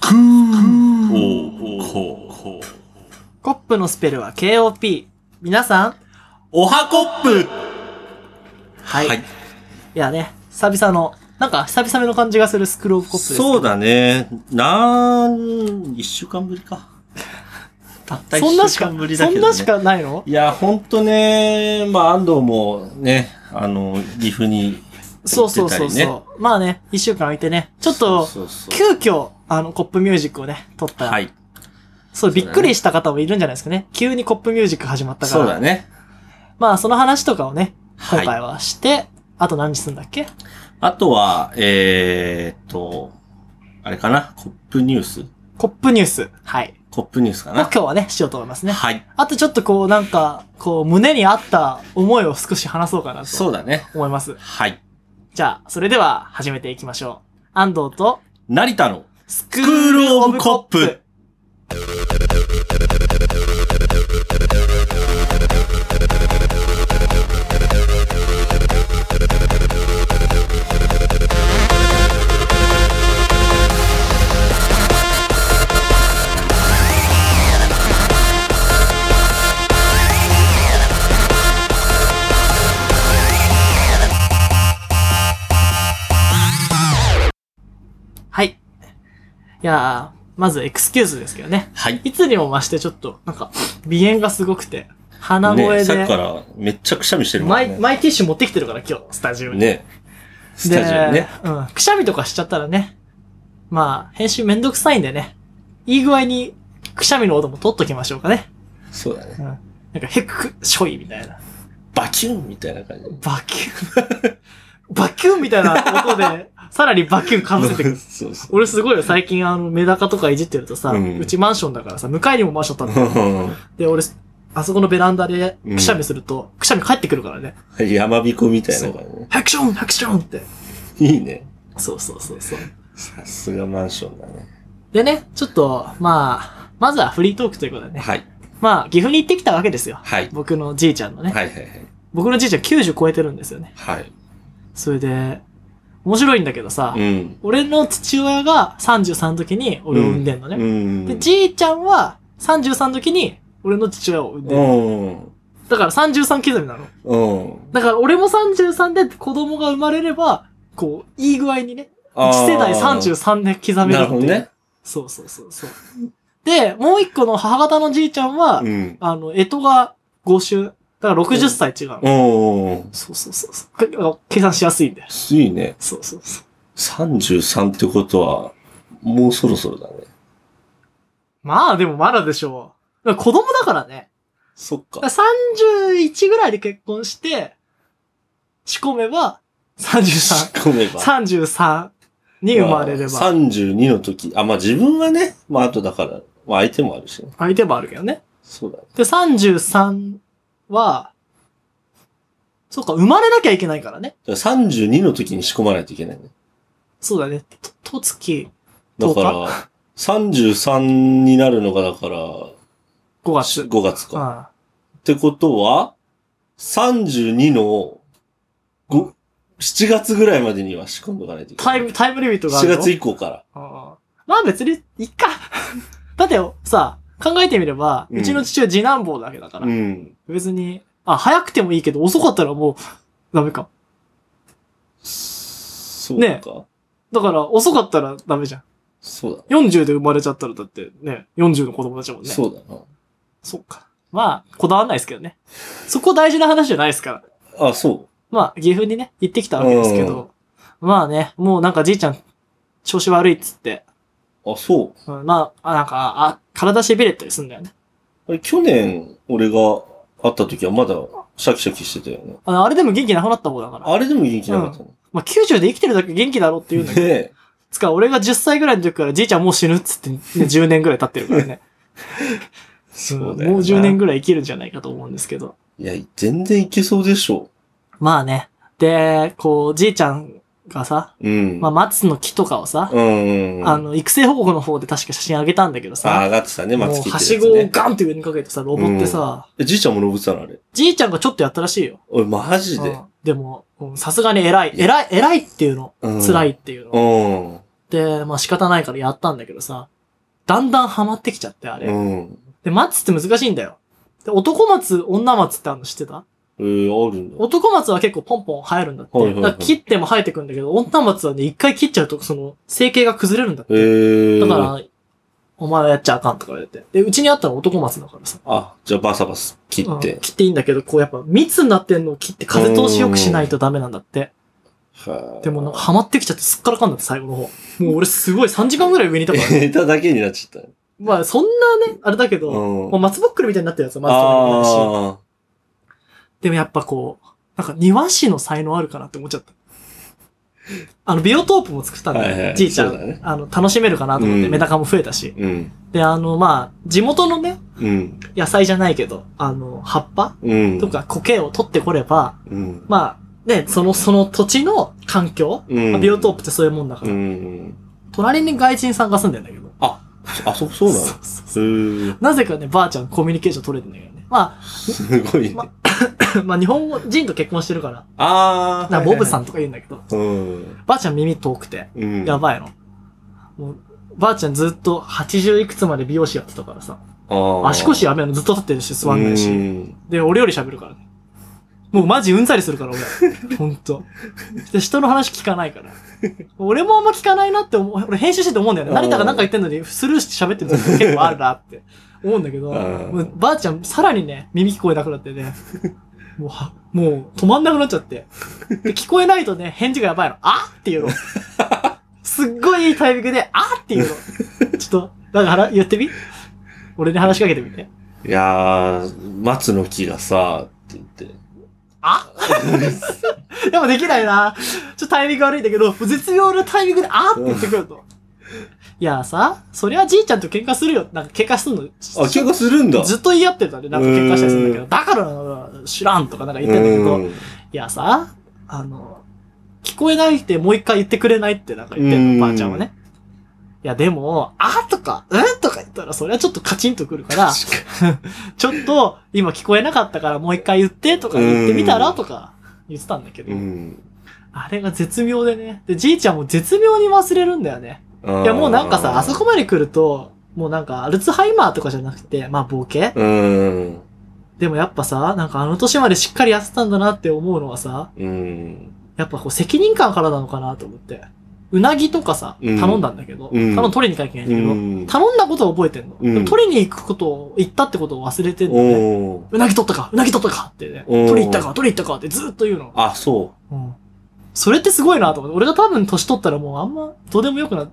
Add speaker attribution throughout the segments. Speaker 1: クー
Speaker 2: おこ
Speaker 3: コップのスペルは KOP。皆さん、
Speaker 2: おはコップ
Speaker 3: はい。い、やね、久々の、なんか久々めの感じがするスクロールコップです。
Speaker 2: そうだね。なん、一週間ぶりか。たった
Speaker 3: そん
Speaker 2: 一
Speaker 3: なし
Speaker 2: 週
Speaker 3: か、
Speaker 2: 間ぶりだ
Speaker 3: そ
Speaker 2: け
Speaker 3: ん
Speaker 2: ど、
Speaker 3: な
Speaker 2: ね。
Speaker 3: しかないの
Speaker 2: いや、ほんとね、まあ、安藤もね、あの、岐阜に、
Speaker 3: そうそうそ
Speaker 2: 言
Speaker 3: う
Speaker 2: ってたりね
Speaker 3: そう。まあね、一週間空いてね、ちょっと、
Speaker 2: そうそうそ
Speaker 3: 急遽、あの、コップミュージックをね、撮っ
Speaker 2: う
Speaker 3: た。
Speaker 2: はい。
Speaker 3: そう、びっくりした方もいるんじゃないですかね。急にコップミュージック始まったから。
Speaker 2: そうだね。
Speaker 3: まあ、その話とかをね、
Speaker 2: は
Speaker 3: 今
Speaker 2: い
Speaker 3: 回はして、あと何するんだっけ
Speaker 2: あとは、えー、っと、あれかなコップニュース
Speaker 3: コップニュース。はい。
Speaker 2: コップニュースか
Speaker 3: を今
Speaker 2: な
Speaker 3: 日はね、しようと思いますね。
Speaker 2: はい。
Speaker 3: あとちょっとこう、なんか、こう、胸に合った思いを少し話そうかな
Speaker 2: そ
Speaker 3: と
Speaker 2: うだね。
Speaker 3: 思います。
Speaker 2: はい。
Speaker 3: じゃあ、それでは始めていきましょう。安藤と、
Speaker 2: 成田の
Speaker 3: ス
Speaker 2: クールオブコップ。
Speaker 3: はい。いやー、まずエクスキューズですけどね。
Speaker 2: はい。
Speaker 3: いつにも増してちょっと、なんか、鼻炎がすごくて、鼻声
Speaker 2: ね
Speaker 3: で、
Speaker 2: さっきからめっちゃくしゃみしてるもん
Speaker 3: マイ
Speaker 2: ね。
Speaker 3: マイティッシュ持ってきてるから今日、スタジオに。
Speaker 2: ね。スタジオにね。
Speaker 3: で。うん。くしゃみとかしちゃったらね、まあ、編集めんどくさいんでね、いい具合にくしゃみの音も取っときましょうかね。
Speaker 2: そうだね。
Speaker 3: うん。なんか、ヘク、ショイみたいな。
Speaker 2: バキュンみたいな感じ。
Speaker 3: バキュン。バキュンみたいな音で、 さらにバキュンかぶせてくる。
Speaker 2: そう そう。
Speaker 3: 俺すごいよ、最近あの、メダカとかいじってるとさ、う
Speaker 2: うん
Speaker 3: ちマンションだからさ、向かいにもマンション建ってる
Speaker 2: う
Speaker 3: で、俺、あそこのベランダで
Speaker 2: うん
Speaker 3: くしゃみすると、くしゃみ帰ってくるからね。
Speaker 2: んやまびこみたいな感じね。
Speaker 3: ハクションハクションって。
Speaker 2: いいね。
Speaker 3: そうそうそうそう。
Speaker 2: さすがマンションだね。
Speaker 3: でね、ちょっと、まあ、まずはフリートークということでね。
Speaker 2: はい。
Speaker 3: まあ、岐阜に行ってきたわけですよ。
Speaker 2: はい。
Speaker 3: 僕のじいちゃんのね。
Speaker 2: はいはいはい。
Speaker 3: 僕のじいちゃん90超えてるんですよね。
Speaker 2: はい。
Speaker 3: それで、面白いんだけどさ、
Speaker 2: うん。
Speaker 3: 俺の父親が33の時に俺を産んでんのね。
Speaker 2: うん。
Speaker 3: で、じいちゃんは33の時に俺の父親を産んで
Speaker 2: う
Speaker 3: る。
Speaker 2: ん。
Speaker 3: だから33刻みなの。
Speaker 2: うん。
Speaker 3: だから俺も33で子供が生まれれば、こう、いい具合にね、
Speaker 2: あー
Speaker 3: 1世代33で刻める
Speaker 2: な
Speaker 3: ってい
Speaker 2: るほど
Speaker 3: う。
Speaker 2: ね。
Speaker 3: そうそうそうそう。で、もう一個の母方のじいちゃんは、
Speaker 2: うん。
Speaker 3: あの、干支が5週。だから60歳違うの。
Speaker 2: うん。
Speaker 3: そうそうそうそうけあの。計算しやすいんだよ。
Speaker 2: いいね。
Speaker 3: そうそうそう。
Speaker 2: 33ってことは、もうそろそろだね。
Speaker 3: まあでもまだでしょう。だから子供だからね。
Speaker 2: そっか。
Speaker 3: だから31ぐらいで結婚して、仕込めば33、
Speaker 2: 込めば。
Speaker 3: 33に生まれれば。
Speaker 2: あ32の時。あ、まあ自分はね、まああとだから、まあ相手もあるしね。
Speaker 3: 相手もあるけどね。
Speaker 2: そうだね。
Speaker 3: で、33は、そうか、生まれなきゃいけないからね。
Speaker 2: だから32の時に仕込まないといけないね。
Speaker 3: そうだね。と、とつき
Speaker 2: だか
Speaker 3: ど
Speaker 2: ら、33になるのが、だから、
Speaker 3: 5月。
Speaker 2: 5月か。
Speaker 3: あ
Speaker 2: ってことは、32の5、7月ぐらいまでには仕込んどかないといけな
Speaker 3: タ
Speaker 2: い。
Speaker 3: イム、タイムリミットがあ
Speaker 2: 7
Speaker 3: るの
Speaker 2: 月以降から。
Speaker 3: ああまあ別に、いっか。 だってよさ、考えてみれば、
Speaker 2: うん
Speaker 3: うちの父親次男坊だけだから、
Speaker 2: うん。
Speaker 3: 別に、あ、早くてもいいけど、遅かったらもう、ダメか。
Speaker 2: そうか。
Speaker 3: ねだから、遅かったらダメじゃん。
Speaker 2: そうだ。
Speaker 3: 40で生まれちゃったら、だってね、40の子供たちもんね。う。
Speaker 2: そうだ
Speaker 3: そうか。まあ、こだわんないですけどね。そこ大事な話じゃないですから。
Speaker 2: な。あ、そ
Speaker 3: まあ、岐阜にね、行ってきたわけですけど、まあね、もうなんかじいちゃん、調子悪いっつって、
Speaker 2: う。あ、そう。
Speaker 3: うん、まあ、あなんか、あ、体しびれたりすんだよね。
Speaker 2: あれ、去年、俺が会った時はまだ、シャキシャキしてたよね。
Speaker 3: あのあれでも元気なくなった方だから。
Speaker 2: あれでも元気なかったの。
Speaker 3: まあ、90で生きてるだけ元気だろって言うんだけど。
Speaker 2: ね
Speaker 3: つか、俺が10歳ぐらいの時からじいちゃんもう死ぬっつって、ね、10年ぐらい経ってるからね。
Speaker 2: そうだよな
Speaker 3: もう10年ぐらい生きるんじゃないかと思うんですけど。
Speaker 2: いや、全然いけそうでしょ
Speaker 3: まあね。で、こう、じいちゃんがさ、
Speaker 2: う。うん。
Speaker 3: まあ、松の木とかをさ、
Speaker 2: うんうん。
Speaker 3: あ、の、育成保護の方で確か写真あげたんだけど
Speaker 2: あ、
Speaker 3: さ、
Speaker 2: 上がってたね、松
Speaker 3: も
Speaker 2: 木
Speaker 3: う、
Speaker 2: っ
Speaker 3: は
Speaker 2: て
Speaker 3: し
Speaker 2: やつね
Speaker 3: ごをガンって上にかけてさ、登ってさ、
Speaker 2: えじいちゃんも登ってたのあれ。
Speaker 3: じいちゃんがちょっとやったらしいよ。
Speaker 2: おい、マジで。
Speaker 3: うんでも、うんさすがに偉い。偉い、偉いっていうの。
Speaker 2: うん
Speaker 3: 辛いっていうの。
Speaker 2: うん。
Speaker 3: で、まあ仕方ないからやったんだけどさ、だんだんハマってきちゃって、あれ。
Speaker 2: うん。
Speaker 3: で、松って難しいんだよ。で、男松、女松ってあるの知ってた
Speaker 2: えー、あるんだ。
Speaker 3: 男松は結構ポンポン生えるんだって。
Speaker 2: はいはいはい
Speaker 3: だから切っても生えてくんだけど、女松はね、一回切っちゃうと、その、整形が崩れるんだって。
Speaker 2: えー。
Speaker 3: だから、お前はやっちゃあかんとか言われて。で、うちにあったの男松だからさ。
Speaker 2: あ、じゃあバサバサ切っ
Speaker 3: うん
Speaker 2: て。
Speaker 3: 切っていいんだけど、こうやっぱ密になってんのを切って風通し良くしないとダメなんだって。
Speaker 2: は
Speaker 3: でもなんかハマってきちゃってすっからかんだって最後の方。もう俺すごい3時間ぐらい上にいたから。
Speaker 2: 下手だけになっちゃった。
Speaker 3: まあそんなね、あれだけど、
Speaker 2: うん
Speaker 3: もう。松ぼっくりみたいになってるやつは松ぼっくりになるし。
Speaker 2: あ
Speaker 3: でもやっぱこう、なんか庭師の才能あるかなって思っちゃった。あの、ビオトープも作ったんだよ、
Speaker 2: はいはい
Speaker 3: じいちゃん、
Speaker 2: そうだね
Speaker 3: あの、楽しめるかなと思って、
Speaker 2: うん
Speaker 3: メダカも増えたし。
Speaker 2: ーうん。
Speaker 3: で、あの、まあ、地元のね、
Speaker 2: うん。
Speaker 3: 野菜じゃないけど、あの、葉っぱ
Speaker 2: うん。
Speaker 3: とか苔を取ってこれば、
Speaker 2: うん。
Speaker 3: まあ、ね、その、その土地の環境、
Speaker 2: うん。
Speaker 3: まあビオトープってそういうもんだか
Speaker 2: う
Speaker 3: ら、
Speaker 2: ん。
Speaker 3: 隣に外人さんが住んでんだけど。
Speaker 2: あ、そ、そうなのへ
Speaker 3: そうそう
Speaker 2: ー。
Speaker 3: なぜかね、ばあちゃんコミュニケーション取れてんだけどね。ます
Speaker 2: ごいね。
Speaker 3: まあ、まあ日本人と結婚してるから、
Speaker 2: あー。
Speaker 3: なんかボブさ
Speaker 2: ん。
Speaker 3: んとか言うんだけど、
Speaker 2: うん。
Speaker 3: ばあちゃん耳遠くて、
Speaker 2: うん。
Speaker 3: や
Speaker 2: ば。
Speaker 3: ばいの。もう、ばあちゃんずっと80いくつまで美容師やってたからさ、足腰やべえのずっと立ってるし、座んないし。
Speaker 2: し。
Speaker 3: で、俺より喋るからね。もうマジうんざりするから、俺。ほんと。で、人の話聞かないから。俺もあんま聞かないなって思う。俺編集してて思うんだよね。
Speaker 2: うん
Speaker 3: 成田がなんか言ってんのにスルーして喋ってるの結構あるなって思うんだけど、
Speaker 2: うん
Speaker 3: もうばあちゃんさらにね、耳聞こえなくなってね。もうは、もう止まんなくなっちゃって。で、聞こえないとね、返事がやばいの。あっていうの。すっごいいいタイミングで、あっていうの。ちょっと、なんかはら言ってみ俺に話しかけてみて。
Speaker 2: いやー、松の木がさ、って言って。
Speaker 3: あ でもできないな。ちょっとタイミング悪いんだけど、絶妙なタイミングで、あーって言ってくると。いやさ、そりゃじいちゃんと喧嘩するよ。なんか喧嘩するの。
Speaker 2: あ、喧嘩するんだ。
Speaker 3: ずっと言い合ってたね。なんか喧嘩したりするんだけ
Speaker 2: う
Speaker 3: ど、だから知らんとかなんか言ってんだけど、い
Speaker 2: うん
Speaker 3: やさ、あの、聞こえないってもう一回言ってくれないってなんか言ってん
Speaker 2: うん
Speaker 3: の、ばあちゃんはね。いやでも、あーとか、うんとか言ったら、それはちょっとカチンとくるから、
Speaker 2: 確かに
Speaker 3: ちょっと今聞こえなかったからもう一回言ってとか言ってみたらとか言ってたんだけど、
Speaker 2: うん
Speaker 3: あれが絶妙でね。で、じいちゃんも絶妙に忘れるんだよね。いや、もうなんかさ、あそこまで来ると、もうなんか、アルツハイマーとかじゃなくて、まあ、ボケ
Speaker 2: うん。
Speaker 3: でもやっぱさ、なんかあの年までしっかりやってたんだなって思うのはさ、
Speaker 2: うん。
Speaker 3: やっぱこう責任感からなのかなと思って。うなぎとかさ、
Speaker 2: うん
Speaker 3: 頼んだんだけど、
Speaker 2: うん
Speaker 3: 頼ん取りに行かなきゃいけ
Speaker 2: う
Speaker 3: ないんだけど、
Speaker 2: ん。
Speaker 3: 頼んだことは覚えてんの。
Speaker 2: うん
Speaker 3: でも取りに行くことを、行ったってことを忘れてんのね。
Speaker 2: おー
Speaker 3: うなぎ取ったかうなぎ取ったかってね。
Speaker 2: おー
Speaker 3: 取り行ったか取り行ったかってずっと言うの。
Speaker 2: あ、そ
Speaker 3: うんそれってすごいなと思って。俺が多分年取ったらもうあんまどうでもよくな、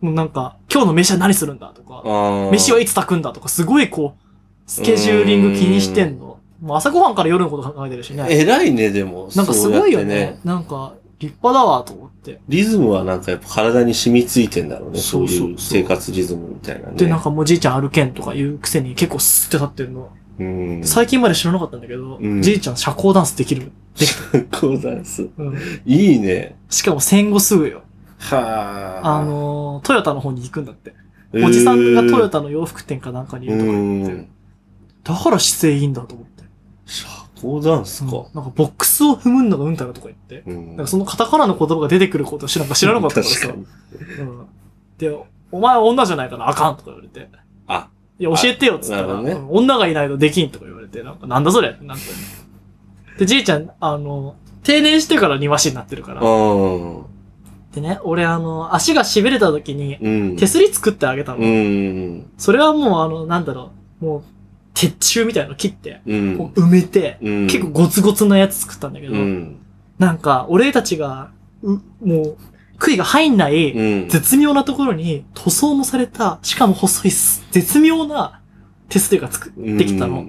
Speaker 3: もうなんか、今日の飯は何するんだと
Speaker 2: う。
Speaker 3: か、
Speaker 2: あー
Speaker 3: 飯はいつ炊くんだとか、すごいこう、スケジューリング気にしてんの。もう朝ごはんから夜のこと考えてるしね。
Speaker 2: 偉いね、でも。
Speaker 3: なんかすごいよね。
Speaker 2: そうやって
Speaker 3: なんか、立派だわと思って。
Speaker 2: リズムはなんかやっぱ体に染みついてんだろうね。
Speaker 3: そ
Speaker 2: そうう
Speaker 3: そうそう
Speaker 2: いう生活リズムみたいなね。
Speaker 3: で、なんかもうじいちゃん歩けんとか言うくせに結構スッて立ってるの。
Speaker 2: うん。
Speaker 3: 最近まで知らなかったんだけど、
Speaker 2: うん
Speaker 3: じいちゃん社交ダンスできる。
Speaker 2: 高ダンス。
Speaker 3: うん
Speaker 2: いいね。
Speaker 3: しかも戦後すぐよ。
Speaker 2: はあ。
Speaker 3: あ、のー、トヨタの方に行くんだって。
Speaker 2: えー
Speaker 3: おじさんがトヨタの洋服店かなんかにいるとか言っ
Speaker 2: う
Speaker 3: て
Speaker 2: ん。
Speaker 3: だから姿勢いいんだと思って。
Speaker 2: 社交ダンスか。
Speaker 3: なんかボックスを踏むんだがうんたらとか言って。
Speaker 2: うん
Speaker 3: なんかそのカタカナの言葉が出てくることを知らんか知らなかったからさ。
Speaker 2: 確に
Speaker 3: うん、で、お前は女じゃないからあかんとか言われて。
Speaker 2: あ、
Speaker 3: いや、教えてよっつっ
Speaker 2: な
Speaker 3: た
Speaker 2: る
Speaker 3: ら、
Speaker 2: ほどね
Speaker 3: うん女がいないとできんとか言われて、なんかなんだそれってなって。で、じいちゃん、あの、定年してから庭師になってるから。
Speaker 2: うん。
Speaker 3: でね、俺あの、足が痺れた時に
Speaker 2: うん。
Speaker 3: 手すり作ってあげたの。
Speaker 2: うん。
Speaker 3: それはもうあの、なんだろう、もう、鉄柱みたいなの切って、
Speaker 2: うん。
Speaker 3: こう埋めて、
Speaker 2: うん
Speaker 3: 結構ゴツゴツなやつ作ったんだけど、
Speaker 2: うん。
Speaker 3: なんか、俺たちが、う、もう、杭が入んない、
Speaker 2: うん。
Speaker 3: 絶妙なところに塗装もされた、しかも細いす、絶妙な手すりが作ってきたの。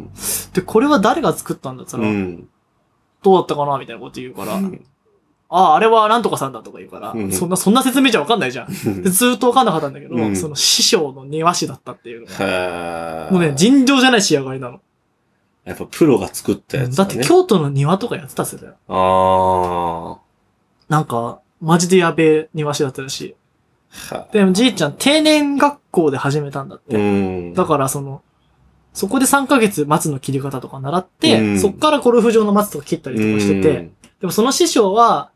Speaker 3: で、これは誰が作ったんだっつった
Speaker 2: う
Speaker 3: ら、
Speaker 2: ん。
Speaker 3: どうだったかなみたいなこと言うから、
Speaker 2: うん
Speaker 3: ああ、あれはなんとかさんだとか言うから、
Speaker 2: うん
Speaker 3: そんな、そんな説明じゃわかんないじゃん。でずーっとわかんなかったんだけど、
Speaker 2: うん
Speaker 3: その師匠の庭師だったっていうのが。
Speaker 2: はあ。
Speaker 3: もうね、尋常じゃない仕上がりなの。
Speaker 2: やっぱプロが作ったやつ
Speaker 3: だ
Speaker 2: だ
Speaker 3: っ
Speaker 2: ね。
Speaker 3: て京都の庭とかやってたっすよ。
Speaker 2: あ
Speaker 3: なんか、マジでやべえ庭師だったらしい。
Speaker 2: あ。は
Speaker 3: でもじいちゃん定年学校で始めたんだって。
Speaker 2: うん。
Speaker 3: だからその、そこで3ヶ月松の切り方とか習って、
Speaker 2: うん
Speaker 3: そっからゴルフ場の松とか切ったりとかしてて、
Speaker 2: うん
Speaker 3: でもその師匠は、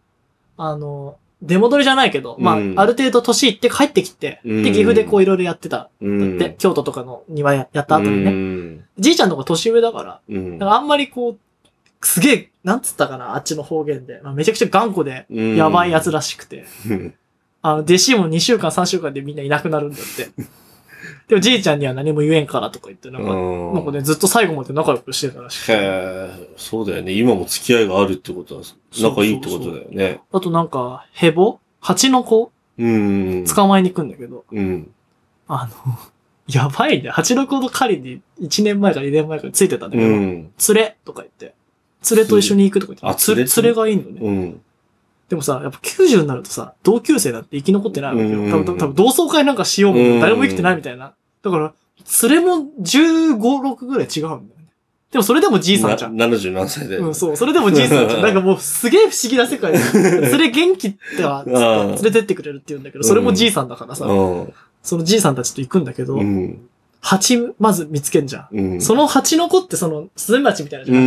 Speaker 3: あの、出戻りじゃないけど、まあ、
Speaker 2: うん
Speaker 3: ある程度年いって帰ってきて、
Speaker 2: うん
Speaker 3: で、岐阜でこういろいろやってた。
Speaker 2: うん。
Speaker 3: で、京都とかの庭ややった後にね、
Speaker 2: ね。
Speaker 3: じいちゃんの方が年上だから、
Speaker 2: うん。
Speaker 3: だからあんまりこう、すげえ、なんつったかな、あっちの方言で。まあ、めちゃくちゃ頑固で、
Speaker 2: うん
Speaker 3: やばい奴らしくて。あの、弟子も2週間、3週間でみんないなくなるんだ って。でもじいちゃんには何も言えんからとか言って、なんか、なんか
Speaker 2: ね。
Speaker 3: ね、ずっと最後まで仲良くしてたらしく
Speaker 2: へ
Speaker 3: て。
Speaker 2: え、そうだよね。今も付き合いがあるってことは、仲いいってことだよね。
Speaker 3: あとなんか、ヘボ蜂の子
Speaker 2: うん。
Speaker 3: 捕まえに行くんだけど、
Speaker 2: うん。
Speaker 3: あの、やばいね。蜂の子の狩りに1年前か2年前かついてたんだけ
Speaker 2: う
Speaker 3: ど、
Speaker 2: ん。
Speaker 3: 連れとか言って、連れと一緒に行くとか言
Speaker 2: あ
Speaker 3: って、
Speaker 2: 連
Speaker 3: 連れ
Speaker 2: れ
Speaker 3: 連れがいいのね。
Speaker 2: うん。
Speaker 3: でもさ、やっぱ90になるとさ、同級生なんて生き残ってないわけよ。
Speaker 2: うん
Speaker 3: 多分、多分多分同窓会なんかしようも
Speaker 2: うん
Speaker 3: 誰も生きてないみたいな。だから、連れも15、6ぐらい違うんだよね。でもそれでもじいさんじゃん。
Speaker 2: な70何歳で。
Speaker 3: うん、そう。それでもじいさんじ ゃん。なんかもうすげえ不思議な世界で。それ元気っ ては、つって連れてってくれるって言うんだけど、それもじいさんだからさ、
Speaker 2: うん。
Speaker 3: そのじいさんたちと行くんだけど、
Speaker 2: うん。
Speaker 3: 蜂、まず見つけんじゃん。
Speaker 2: うん。
Speaker 3: その蜂の子ってその、スズメバチみたいなじゃん。
Speaker 2: う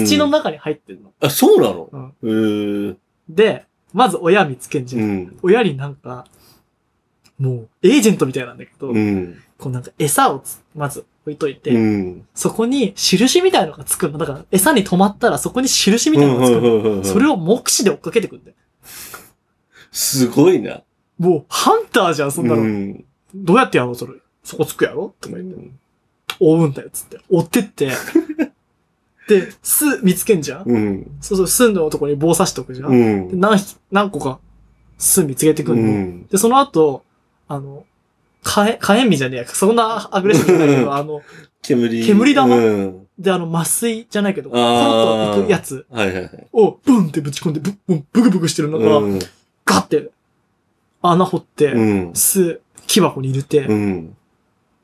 Speaker 2: ん。
Speaker 3: 土の中に入ってるの。
Speaker 2: あ、そうなのうん。へ
Speaker 3: で、まず親見つけんじ
Speaker 2: え。
Speaker 3: ゃ。
Speaker 2: うんん。
Speaker 3: 親になんか、もう、エージェントみたいなんだけど、
Speaker 2: うん。
Speaker 3: こうなんか餌をつまず置いといて、
Speaker 2: うん。
Speaker 3: そこに印みたいのがつくの。だから、餌に止まったらそこに印みたいのがつくの。それ
Speaker 2: を。
Speaker 3: を目視で追っかけてくんだよ。
Speaker 2: すごいな。
Speaker 3: もう、ハンターじゃん、そんなの。
Speaker 2: うん。
Speaker 3: どうやってやろう、それ。そこつくやろとか言って。追うんだよ、つって。追っ てって。で、巣見つけんじゃん、
Speaker 2: うん。
Speaker 3: そうそう、巣のとこに棒刺しとくじゃん、
Speaker 2: う
Speaker 3: で
Speaker 2: ん。
Speaker 3: 何匹、何個か巣見つけてく
Speaker 2: うん
Speaker 3: の。
Speaker 2: ん。
Speaker 3: で、その後、あの、火炎、火炎味じゃねえや。そんなアグレッシブじゃないけ
Speaker 2: うん
Speaker 3: ど、あの、
Speaker 2: 煙。
Speaker 3: 煙玉
Speaker 2: うん。
Speaker 3: で、あの、麻酔じゃないけど、
Speaker 2: あ
Speaker 3: コ
Speaker 2: ー
Speaker 3: ロッといくやつ
Speaker 2: はいはいはい。
Speaker 3: を、ブンってぶち込んで、ブブンブクブクしてるのが、
Speaker 2: うん。
Speaker 3: ガッて、穴掘って、
Speaker 2: うん。
Speaker 3: 巣、木箱に入れて、
Speaker 2: うん。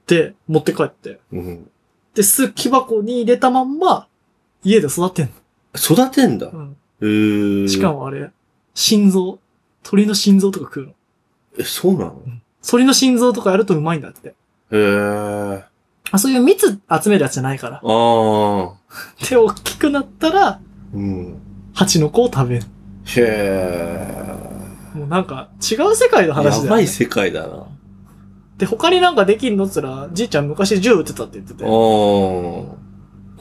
Speaker 3: で、持って帰って。
Speaker 2: うん。
Speaker 3: で、巣、木箱に入れたまんま、家で育てん
Speaker 2: 育てんだ。
Speaker 3: の。うん
Speaker 2: へー
Speaker 3: しか。もあれ、心臓、鳥の心臓とか食うの。
Speaker 2: え、そうなの
Speaker 3: 鳥の心臓とかやるとうまいんだって。
Speaker 2: へえ。
Speaker 3: あ、そういう蜜集めるやつじゃないから。
Speaker 2: ああ。
Speaker 3: で、大きくなったら、
Speaker 2: うん。
Speaker 3: 蜂の子を食べる。
Speaker 2: へえ。
Speaker 3: もうなんか、違う世界の話だよ、
Speaker 2: や
Speaker 3: ね。
Speaker 2: ばい世界だな。
Speaker 3: で、他になんかできんのっつったら、じいちゃん昔銃撃ってたって言ってて、
Speaker 2: あ
Speaker 3: こ
Speaker 2: ー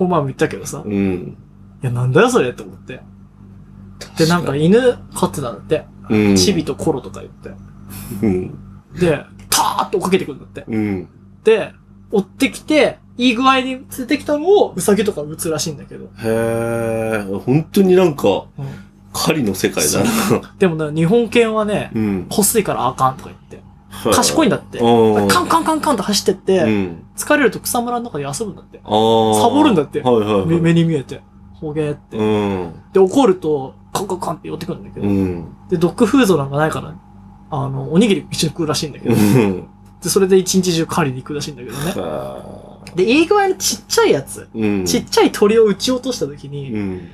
Speaker 3: の前も言ったけどさ、い
Speaker 2: うん。
Speaker 3: や、なんだよそれって思って。で、なんか犬飼ってたんだって。
Speaker 2: うん
Speaker 3: チビとコロとか言って。
Speaker 2: うん。
Speaker 3: で、ターって追っかけてくるんだって。
Speaker 2: うん。
Speaker 3: で、追ってきて、いい具合に連れてきたのを、ウサギとか撃つらしいんだけど。
Speaker 2: へえ。本当になんか
Speaker 3: う、
Speaker 2: 狩りの世界だな。
Speaker 3: でもね、日本犬はね、
Speaker 2: うん。
Speaker 3: こすいからあかんとか言って。賢いんだって。
Speaker 2: うん。
Speaker 3: カンカンカンカンと走ってっ
Speaker 2: う
Speaker 3: て、
Speaker 2: ん。
Speaker 3: 疲れると草むらの中で遊ぶんだって。
Speaker 2: ああ。
Speaker 3: サボるんだって
Speaker 2: はいはいはい。
Speaker 3: 目目に見えて。ほげーって。
Speaker 2: うん。
Speaker 3: で、怒ると、カンカンカンって寄ってくるんだけど
Speaker 2: う。ん。
Speaker 3: で、ドッグフードなんかないから、あの、おにぎり一緒に食うらしいんだけ
Speaker 2: う
Speaker 3: ど。
Speaker 2: ん。
Speaker 3: で、それで一日中狩りに行くらしいんだけどね。
Speaker 2: はあ
Speaker 3: で、いい具合のちっちゃいやつ。
Speaker 2: うん。
Speaker 3: ちっちゃい鳥を撃ち落とした時に、
Speaker 2: うん。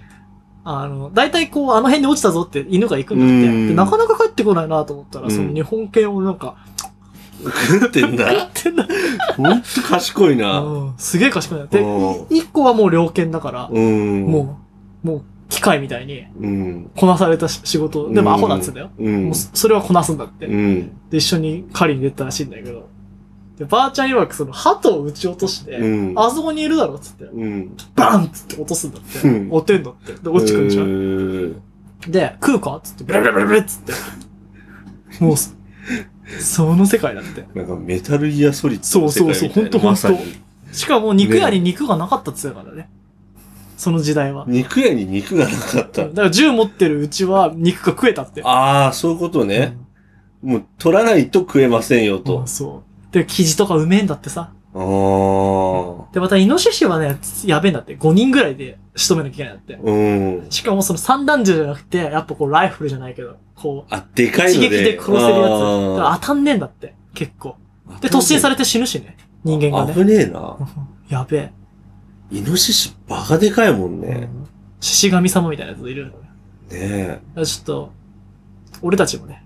Speaker 3: あの、大体こう、あの辺に落ちたぞって犬が行くんだっ
Speaker 2: うん
Speaker 3: て。で、なかなか帰ってこないなと思ったら、
Speaker 2: うん
Speaker 3: その日本犬をなんか、
Speaker 2: 食ってん
Speaker 3: や
Speaker 2: だ
Speaker 3: っ。てんだ。
Speaker 2: ほんと賢いな。
Speaker 3: うんすげえ賢くなって。
Speaker 2: うん
Speaker 3: い一個はもう猟犬だから、
Speaker 2: うん。
Speaker 3: もう、もう、機械みたいに、
Speaker 2: うん。
Speaker 3: こなされたし仕事。でもアホなんつうんだよ。
Speaker 2: うん
Speaker 3: もう。そそれはこなすんだって。
Speaker 2: うん。
Speaker 3: で、一緒に狩りに出たらしいんだけど。で、ばあちゃん曰くその鳩を撃ち落として、
Speaker 2: うん。
Speaker 3: あそこにいるだろっつって、
Speaker 2: うん。
Speaker 3: バンっつって落とすんだって。
Speaker 2: うん
Speaker 3: 落てんだって。で、落ちてくんじゃん。で、食うかっつって、ブルブルブルブルっつって。もうそ、その世界だって。
Speaker 2: なんかメタルギアソリッド
Speaker 3: そうそうそ
Speaker 2: の世
Speaker 3: う
Speaker 2: 界みたいな
Speaker 3: ほんとほんと
Speaker 2: まさに
Speaker 3: しかも肉屋に肉がなかったっつうからね。その時代は。
Speaker 2: 肉屋に肉がなかった
Speaker 3: だ。から銃持ってるうちは肉が食えたって。
Speaker 2: ああ、そういうことね。もう取らないと食えませんよ
Speaker 3: うん、う
Speaker 2: と
Speaker 3: ん。そう。で、生地とかうめえんだって
Speaker 2: あ
Speaker 3: さ。
Speaker 2: あ。
Speaker 3: で、またイノシシはね、やべえんだって。5人ぐらいで仕留めなきゃいけないんだって。
Speaker 2: うん。
Speaker 3: しかもその散弾銃じゃなくて、やっぱこうライフルじゃないけど、こう、
Speaker 2: あ、でかい
Speaker 3: 一
Speaker 2: ので。
Speaker 3: 撃で殺せるやつ。だから
Speaker 2: あ
Speaker 3: 当たんねえんだって、結構。
Speaker 2: ー
Speaker 3: で、突進されて死ぬしね、人間がね。
Speaker 2: 危ねえな。
Speaker 3: やべえ。
Speaker 2: イノシシバカでかいもんね。
Speaker 3: 獅子神様みたいなやついるのね。
Speaker 2: ね
Speaker 3: だからちょっと、俺たちもね、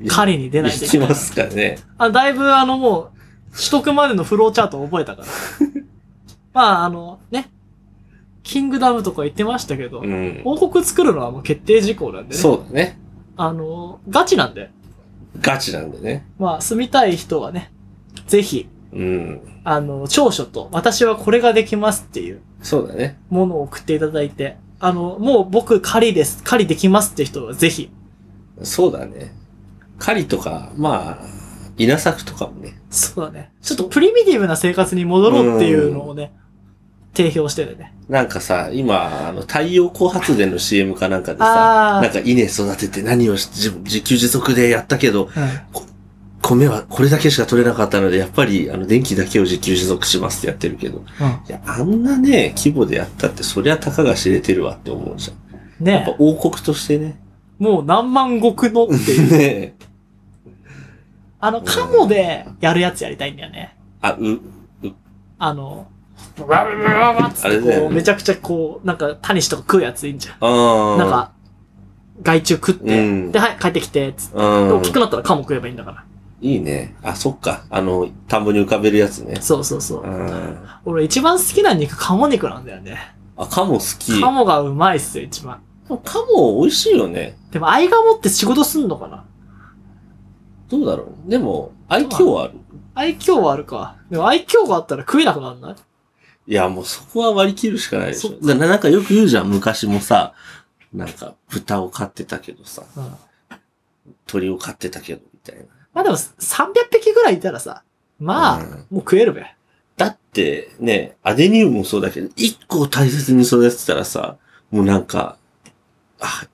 Speaker 2: え。
Speaker 3: 狩りに出ないと
Speaker 2: 行
Speaker 3: いけ
Speaker 2: き
Speaker 3: ない
Speaker 2: ま。すかね。
Speaker 3: あだいぶあのもう、取得までのフローチャートを覚え たから。まああの、ね。キングダムとか言ってましたけど、
Speaker 2: うん。
Speaker 3: 王国作るのはもう決定事項なんでね。
Speaker 2: そうだね。
Speaker 3: あの、ガチなんで。
Speaker 2: ガチなんでね。
Speaker 3: まあ、住みたい人はね、ぜひ、
Speaker 2: うん。
Speaker 3: あの、長所と、私はこれができますっていう
Speaker 2: そうだね。
Speaker 3: ものを送っていただいて、あの、もう僕狩りです、狩りできますって人はぜひ、
Speaker 2: そうだね。狩りとか、まあ、稲作とかもね。
Speaker 3: そうだね。ちょっとプリミティブな生活に戻ろうっていうのをね、提供してるね。
Speaker 2: なんかさ、今、あの、太陽光発電の CM かなんかでさ、
Speaker 3: あ
Speaker 2: なんか稲育てて何をし自自給自足でやったけど、
Speaker 3: あ、うん
Speaker 2: 米はこれだけしか取れなかったので、やっぱり、あの、電気だけを自給自足しますってやってるけど、いや、あんなね、規模でやったって、そりゃたかが知れてるわって思うじゃん。
Speaker 3: うん。ね
Speaker 2: やっぱ王国としてね。
Speaker 3: もう何万石のってい う。
Speaker 2: ね
Speaker 3: あの、カモでやるやつやりたいんだよね。
Speaker 2: あ、う、
Speaker 3: あの、わわわわわっつ
Speaker 2: あ
Speaker 3: っ
Speaker 2: れ
Speaker 3: て
Speaker 2: だ
Speaker 3: こ
Speaker 2: よ
Speaker 3: う、
Speaker 2: ね
Speaker 3: めちゃくちゃこう、なんか、タニシとか食うやついいんじゃん。
Speaker 2: あー
Speaker 3: なん、か、害虫食って、
Speaker 2: うん
Speaker 3: で、はい、帰ってきて、つって。で
Speaker 2: う
Speaker 3: 大
Speaker 2: ん
Speaker 3: き。くなったらカモ食えばいいんだから。
Speaker 2: いいね。あ、そっか。あの、田んぼに浮かべるやつね。
Speaker 3: そうそうそうう。
Speaker 2: ん。
Speaker 3: 俺一番好きな肉、カモ肉なんだよね。
Speaker 2: あ、カモ好き。
Speaker 3: カモがうまいっすよ、一番。
Speaker 2: カモ美味しいよね。
Speaker 3: でも、アイガモって仕事すんのかな
Speaker 2: どうだろう。でも、愛嬌はある。
Speaker 3: 愛嬌はあるか。でも愛嬌があったら食えなくなんない
Speaker 2: いや、もうそこは割り切るしかないでしょ。
Speaker 3: そっか
Speaker 2: だからなんかよく言うじゃん。昔もさ、なんか豚を飼ってたけどさ、
Speaker 3: うん。
Speaker 2: 鳥を飼ってたけど、みたいな。
Speaker 3: まあでも、300匹ぐらいいたらさ、まあ、
Speaker 2: うん
Speaker 3: もう食えるべ。
Speaker 2: だってね、アデニウムもそうだけど、一個を大切に育ててたらさ、もうなんか、あ、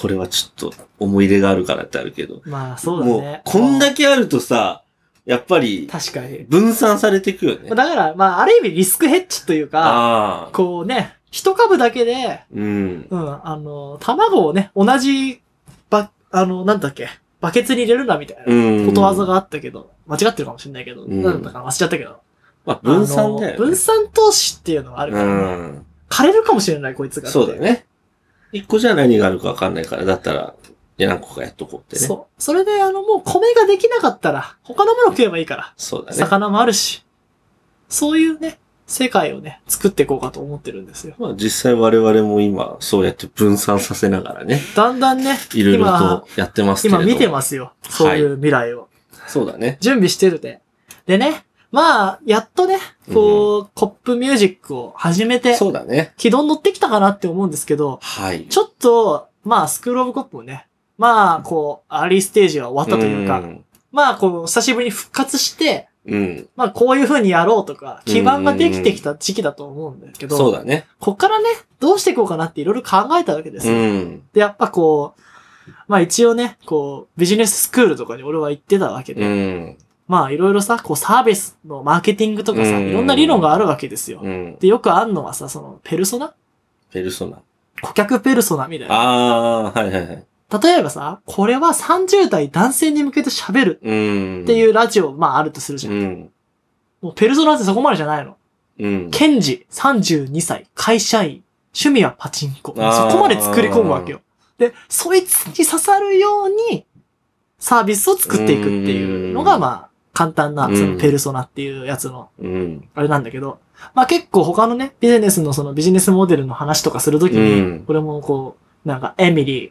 Speaker 2: これはちょっと思い入れがあるからってあるけど。
Speaker 3: まあ、そうだ
Speaker 2: もう
Speaker 3: ね、。
Speaker 2: こん
Speaker 3: う
Speaker 2: だけあるとさ、やっぱり
Speaker 3: 確かに。
Speaker 2: 分散されていくよね
Speaker 3: だ。から、まあ、ある意味リスクヘッジというか、
Speaker 2: ああ。
Speaker 3: こうね、一株だけで、
Speaker 2: うん。
Speaker 3: うん、あの、卵をね、同じ、ば、あの、なんだっけ、バケツに入れるな、みたいな、
Speaker 2: うん。
Speaker 3: ことわざがあったけど、間違ってるかもしれないけど、
Speaker 2: うん
Speaker 3: なんだったかな忘れちゃったけど。
Speaker 2: まあ、分散だ
Speaker 3: あの
Speaker 2: よ、ね
Speaker 3: 分。散投資っていうのがあるから、
Speaker 2: うん。
Speaker 3: 枯れるかもしれない、こいつが。
Speaker 2: そうだよ。ね。一個じゃ何があるかわかんないから、だったら、何個かやっとこうってね。そう。
Speaker 3: そう。それで、あの、もう米ができなかったら、他のもの食えばいいから、
Speaker 2: だね。
Speaker 3: 魚もあるし、そういうね、世界をね、作っていこうかと思ってるんですよ。
Speaker 2: まあ実際我々も今、そうやって分散させながらね、
Speaker 3: だんだんね、
Speaker 2: いろいろとやってますけれ
Speaker 3: 今
Speaker 2: ど
Speaker 3: 見てますよ。そういう未来を。
Speaker 2: そうだね。
Speaker 3: 準備してるで。でね、まあ、やっとね、こう、コップミュージックを始めて、
Speaker 2: そうだね。
Speaker 3: 軌道に乗ってきたかなって思うんですけど、
Speaker 2: はい。
Speaker 3: ちょっと、まあ、スクールオブコップもね、まあ、こう、アーリーステージは終わったというか、
Speaker 2: ん。
Speaker 3: まあ、こう、久しぶりに復活して、
Speaker 2: うん。
Speaker 3: まあ、こういう風にやろうとか、基盤ができてきた時期だと思うんだけど、
Speaker 2: そうだね。
Speaker 3: こっからね、どうしていこうかなっていろいろ考えたわけです
Speaker 2: う
Speaker 3: よ。
Speaker 2: ん。
Speaker 3: で、やっぱこう、まあ一応ね、こう、ビジネススクールとかに俺は行ってたわけで、
Speaker 2: うん。
Speaker 3: まあいろいろさ、こうサービスのマーケティングとかさ、
Speaker 2: うん
Speaker 3: いろんな理論があるわけですよ。
Speaker 2: うん。
Speaker 3: で、よくあんのはさ、その、ペルソナ
Speaker 2: ペルソナ。
Speaker 3: 顧客ペルソナみたいな。
Speaker 2: ああー、はいはいはい。
Speaker 3: 例えばさ、これは30代男性に向けて喋る
Speaker 2: うん。。
Speaker 3: っていううラジオ、まああるとするじゃん。
Speaker 2: うん。
Speaker 3: もうペルソナってそこまでじゃないの。
Speaker 2: うん。
Speaker 3: ケンジ、32歳、会社員、趣味はパチンコ。そ
Speaker 2: あー
Speaker 3: こまで作り込むわけよ。で、そいつに刺さるように、サービスを作っていくっていうの
Speaker 2: う
Speaker 3: が、
Speaker 2: ん
Speaker 3: まあ、簡単な、
Speaker 2: うん
Speaker 3: そのペルソナっていうやつの、
Speaker 2: うん。
Speaker 3: あれなんだけど、まあ結構他のね、ビジネスのそのビジネスモデルの話とかするとき
Speaker 2: う
Speaker 3: に
Speaker 2: ん、
Speaker 3: 俺もこう、なんか、エミリー、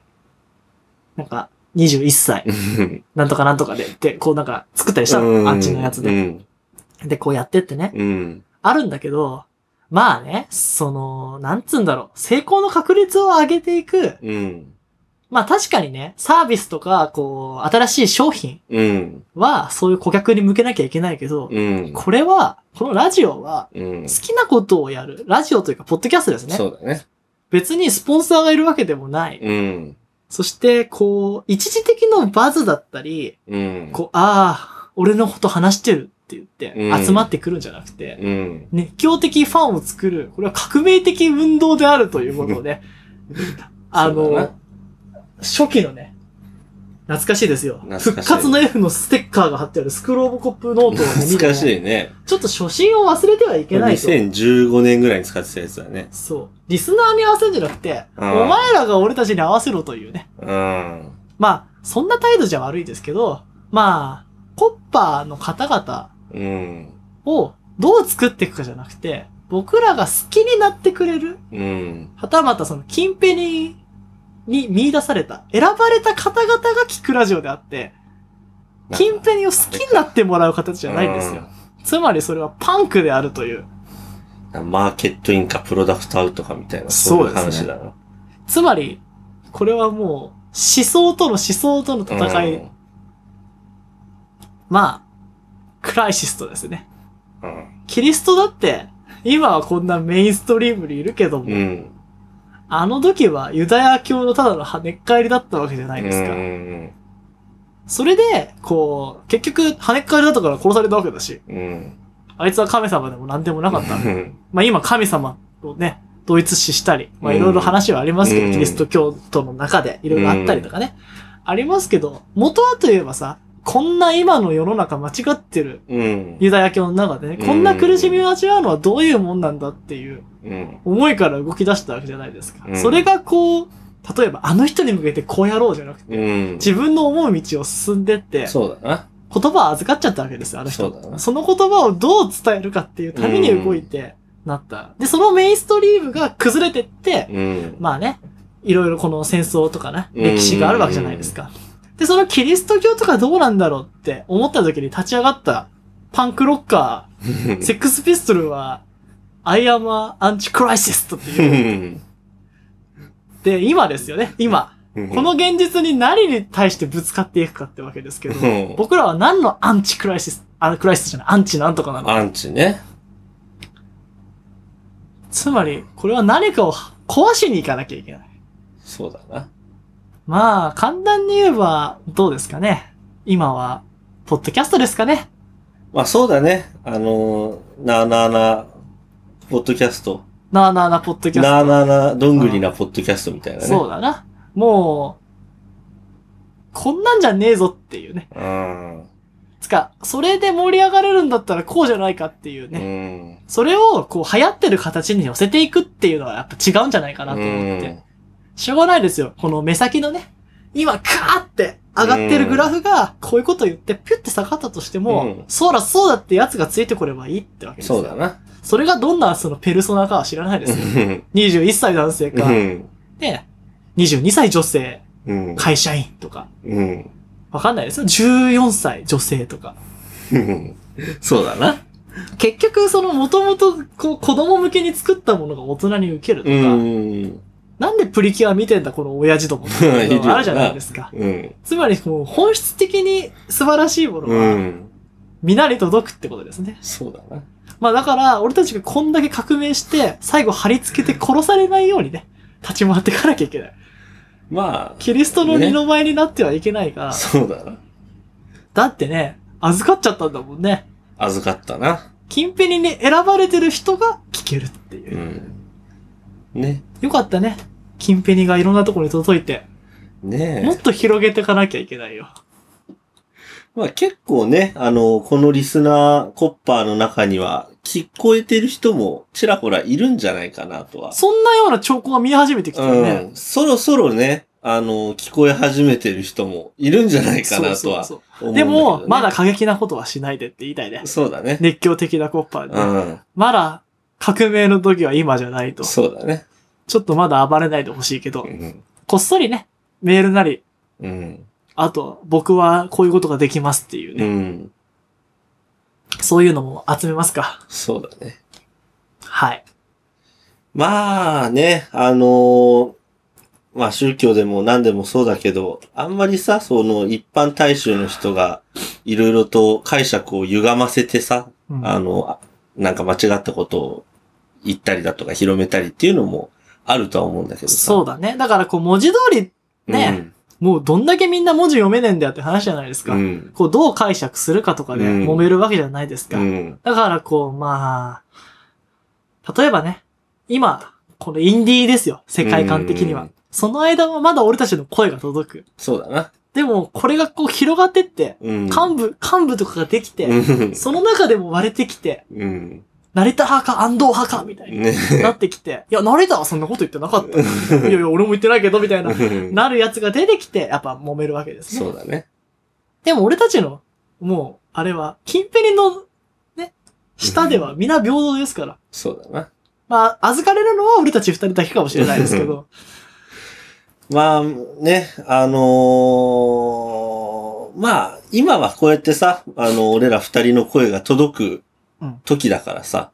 Speaker 3: なんか、21歳、なんとかなんとかで、って、こうなんか、作ったりしたの。あっちのやつ
Speaker 2: う
Speaker 3: で。
Speaker 2: ん。
Speaker 3: で、こうやってってね。
Speaker 2: うん。
Speaker 3: あるんだけど、まあね、その、なんつうんだろう、成功の確率を上げていく、
Speaker 2: うん。
Speaker 3: まあ確かにね、サービスとか、こう、新しい商品
Speaker 2: うん。
Speaker 3: は、そういう顧客に向けなきゃいけないけど、
Speaker 2: うん。
Speaker 3: これは、このラジオは、
Speaker 2: うん
Speaker 3: 好。きなことをやる。ラジオというか、ポッドキャストですね。
Speaker 2: そうだね。
Speaker 3: 別にスポンサーがいるわけでもない。
Speaker 2: うん。
Speaker 3: そして、こう、一時的のバズだったり、
Speaker 2: うん。
Speaker 3: こう、ああ、俺のこと話してるって言っ
Speaker 2: う
Speaker 3: て、
Speaker 2: ん
Speaker 3: 集まってくるんじゃなくて、
Speaker 2: うん。
Speaker 3: 熱狂的ファンを作る、これは革命的運動であるということ をね、あ
Speaker 2: そうだな
Speaker 3: の、初期のね、懐かしいですよ。
Speaker 2: 懐かしい
Speaker 3: 復活の F のステッカーが貼ってあるスクローブコップノートを、ね、見て
Speaker 2: 懐
Speaker 3: ね
Speaker 2: かしいね。
Speaker 3: ちょっと初心を忘れてはいけないと。
Speaker 2: 2015年ぐらいに使ってたやつだね。
Speaker 3: そう。リスナーに合わせるんじゃなくて、お
Speaker 2: うん
Speaker 3: 前らが俺たちに合わせろというね。
Speaker 2: うん。
Speaker 3: まあ、そんな態度じゃ悪いですけど、まあ、コッパーの方々
Speaker 2: うん。
Speaker 3: をどう作っていくかじゃなくて、僕らが好きになってくれる
Speaker 2: うん。
Speaker 3: はたまたその、キンペニに見出された、選ばれた方々が聞くラジオであって、金ペニを好きになってもらう形じゃないんですよ。つまりそれはパンクであるという。
Speaker 2: うん。マーケットインかプロダクトアウトかみたいな、
Speaker 3: そう
Speaker 2: そういう
Speaker 3: ですね
Speaker 2: 話だな。
Speaker 3: つまり、これはもう、思想との思想との戦い、
Speaker 2: うん
Speaker 3: まあ、クライシストですね。
Speaker 2: うん。
Speaker 3: キリストだって、今はこんなメインストリームにいるけども、
Speaker 2: うん。
Speaker 3: あの時はユダヤ教のただの跳ねっ返りだったわけじゃないですか。
Speaker 2: うん
Speaker 3: それで、こう、結局、跳ねっ返りだったから殺されたわけだし、
Speaker 2: うんうん。
Speaker 3: あいつは神様でも何でもなかった。
Speaker 2: うん。
Speaker 3: まあ今神様をね、同一視したり、まあ
Speaker 2: うん
Speaker 3: いろいろ話はありますけど、
Speaker 2: うん
Speaker 3: キリスト教徒の中でいろいろあったりとかね、ありますけど、元はといえばさ、こんな今の世の中間違ってる
Speaker 2: うん。
Speaker 3: ユダヤ教の中でね、こんな苦しみを味わうのはどういうもんなんだっていう
Speaker 2: うん。
Speaker 3: 思いから動き出したわけじゃないですか。
Speaker 2: うん
Speaker 3: それがこう、例えばあの人に向けてこうやろうじゃなくて、
Speaker 2: うん。
Speaker 3: 自分の思う道を進んでって、
Speaker 2: そうだな。
Speaker 3: 言葉を預かっちゃったわけですよ、あの人。
Speaker 2: そうだな
Speaker 3: その言葉をどう伝えるかっていうために動いてなった。で、そのメインストリームが崩れてって、
Speaker 2: うん。
Speaker 3: まあね、いろいろこの戦争とかね、
Speaker 2: うん
Speaker 3: 歴史があるわけじゃないですか。で、そのキリスト教とかどうなんだろうって思った時に立ち上がったパンクロッカー、セックスピストルは、アイアムアンチクライシストって
Speaker 2: う
Speaker 3: いう。
Speaker 2: ん
Speaker 3: で、今ですよね、今。この、現実に何に対してぶつかっていくかってわけですけど、
Speaker 2: うん
Speaker 3: 僕らは何のアンチクライシス、あ、クライシスじゃない、アンチなんとかなの。
Speaker 2: アンチね。
Speaker 3: つまり、これは何かを壊しに行かなきゃいけない。
Speaker 2: そうだな。
Speaker 3: まあ、簡単に言えば、どうですかね。今は、ポッドキャストですかね。
Speaker 2: まあそうだね。あのー、なあなあな、ポッドキャスト。
Speaker 3: なあなあなポッドキャスト。
Speaker 2: なあなあな、どんぐりなポッドキャストみたいなね。
Speaker 3: そうだな。もう、こんなんじゃねえぞっていうね。
Speaker 2: うん。
Speaker 3: つか、それで盛り上がれるんだったらこうじゃないかっていう
Speaker 2: う
Speaker 3: ね。
Speaker 2: ん。
Speaker 3: それを、こう、流行ってる形に寄せていくっていうのはやっぱ違うんじゃないかなと思って。しょうがないですよ。この目先のね、今、カーって上がってるグラフが、こういうこと言って、ピュって下がったとしても、
Speaker 2: うん
Speaker 3: そうだそうだってやつがついてこればいいってわけ
Speaker 2: うん
Speaker 3: ですよ。
Speaker 2: そうだな。
Speaker 3: それがどんなそのペルソナかは知らないで
Speaker 2: う
Speaker 3: すよ。
Speaker 2: ん。
Speaker 3: 21歳男性か、
Speaker 2: うん。
Speaker 3: ね、22歳女性、
Speaker 2: うん。
Speaker 3: 会社員とか、
Speaker 2: うん。
Speaker 3: わかんないですよ。14歳女性とか。
Speaker 2: うんそうだな。
Speaker 3: 結局、その元々、こう、子供向けに作ったものが大人に受けると
Speaker 2: う
Speaker 3: か、
Speaker 2: ん。
Speaker 3: なんでプリキュア見てんだ、この親父どもって いうのがあるじゃないですか。
Speaker 2: うん。
Speaker 3: つまり、こう、本質的に素晴らしいもの
Speaker 2: う
Speaker 3: は、
Speaker 2: ん。
Speaker 3: みなり届くってことですね。
Speaker 2: そうだな。
Speaker 3: まあだから、俺たちがこんだけ革命して、最後貼り付けて殺されないようにね、立ち回っていかなきゃいけない。
Speaker 2: ま
Speaker 3: キリストの二の舞になってはいけないから、
Speaker 2: あ、そうだな。
Speaker 3: だってね、預かっちゃったんだもんね。
Speaker 2: 預かったな。
Speaker 3: 近辺にね、選ばれてる人が聞けるっていうう。
Speaker 2: ん。ね。
Speaker 3: よかったね。近辺がいろんなところに届いて、
Speaker 2: ねえ。
Speaker 3: もっと広げていかなきゃいけないよ。
Speaker 2: まあ結構ね、あの、このリスナーコッパーの中には、聞こえてる人もちらほらいるんじゃないかなとは。
Speaker 3: そんなような兆候が見え始めてきたよね。
Speaker 2: うん。そろそろね、あの、聞こえ始めてる人もいるんじゃないかなとは
Speaker 3: そうそ
Speaker 2: 思
Speaker 3: うそうう
Speaker 2: だ
Speaker 3: んで
Speaker 2: けどね、
Speaker 3: も、まだ過激なことはしないでって言いたいね。
Speaker 2: そうだね。
Speaker 3: 熱狂的なコッパーでね、
Speaker 2: うん。
Speaker 3: まだ革命の時は今じゃないと。
Speaker 2: そうだね。
Speaker 3: ちょっとまだ暴れないでほしいけど
Speaker 2: う、ん。
Speaker 3: こっそりね、メールなり、
Speaker 2: うん。
Speaker 3: あと、僕はこういうことができますっていう
Speaker 2: う
Speaker 3: ね、
Speaker 2: ん。
Speaker 3: そういうのも集めますか。
Speaker 2: そうだね。
Speaker 3: はい。
Speaker 2: まあね、あのーまあ宗教でも何でもそうだけど、あんまりさ、その一般大衆の人がいろいろと解釈を歪ませてさ、
Speaker 3: うん
Speaker 2: あの、あなんか間違ったことを言ったりだとか広めたりっていうのもあるとは思うんだけどさ。
Speaker 3: そうだね。だからこう文字通り、ねもうどんだけみんな文字読めねえんだよって話じゃないです
Speaker 2: う
Speaker 3: か。
Speaker 2: ん。
Speaker 3: こうどう解釈するかとかで
Speaker 2: うん
Speaker 3: 揉めるわけじゃないです
Speaker 2: う
Speaker 3: か。
Speaker 2: ん。
Speaker 3: だからこう、まあ、例えばね、今、このインディーですよ、世界観的に
Speaker 2: う
Speaker 3: は
Speaker 2: ん。
Speaker 3: その間はまだ俺たちの声が届く。
Speaker 2: そうだな。
Speaker 3: でも、これがこう広がってって、
Speaker 2: うん。
Speaker 3: 幹部、幹部とかができて、
Speaker 2: うん。
Speaker 3: その中でも割れてきて、
Speaker 2: うん。
Speaker 3: 成田派か安藤派かみたいに
Speaker 2: ね。
Speaker 3: なってきて、いや、成田はそんなこと言ってなかったよ。いやいや、俺も言ってないけど、みたいな、なるやつが出てきて、やっぱ揉めるわけですね。
Speaker 2: そうだね。
Speaker 3: でも俺たちの、もう、あれは、キンペリの、ね、下では皆平等ですから。
Speaker 2: そうだな。
Speaker 3: まあ、預かれるのは俺たち二人だけかもしれないですけど、
Speaker 2: まあね、あのーまあ、今はこうやってさ、あの、俺ら二人の声が届く
Speaker 3: うん
Speaker 2: 時だからさ、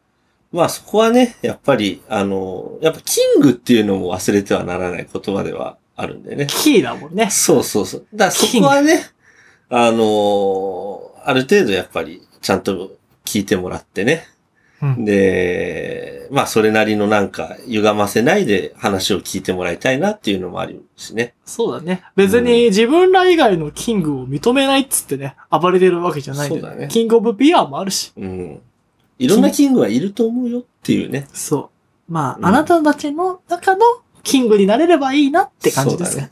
Speaker 2: まあそこはね、やっぱり、あのーやっぱキングっていうのも忘れてはならない言葉ではあるんだよね。
Speaker 3: キーだもんね。
Speaker 2: そうそうそう。だからそこはね、あのーある程度やっぱりちゃんと聞いてもらってね。
Speaker 3: うん
Speaker 2: で、まあそれなりのなんか歪ませないで話を聞いてもらいたいなっていうのもあるしね。
Speaker 3: そうだね。別に自分ら以外のキングを認めないっつってね、暴れてるわけじゃないん
Speaker 2: そうだね
Speaker 3: キングオブビアもあるし。
Speaker 2: うん。いろんなキングはいると思うよっていうね。
Speaker 3: そう。まあ、
Speaker 2: うん
Speaker 3: あなたたちの中のキングになれればいいなって感じですかね。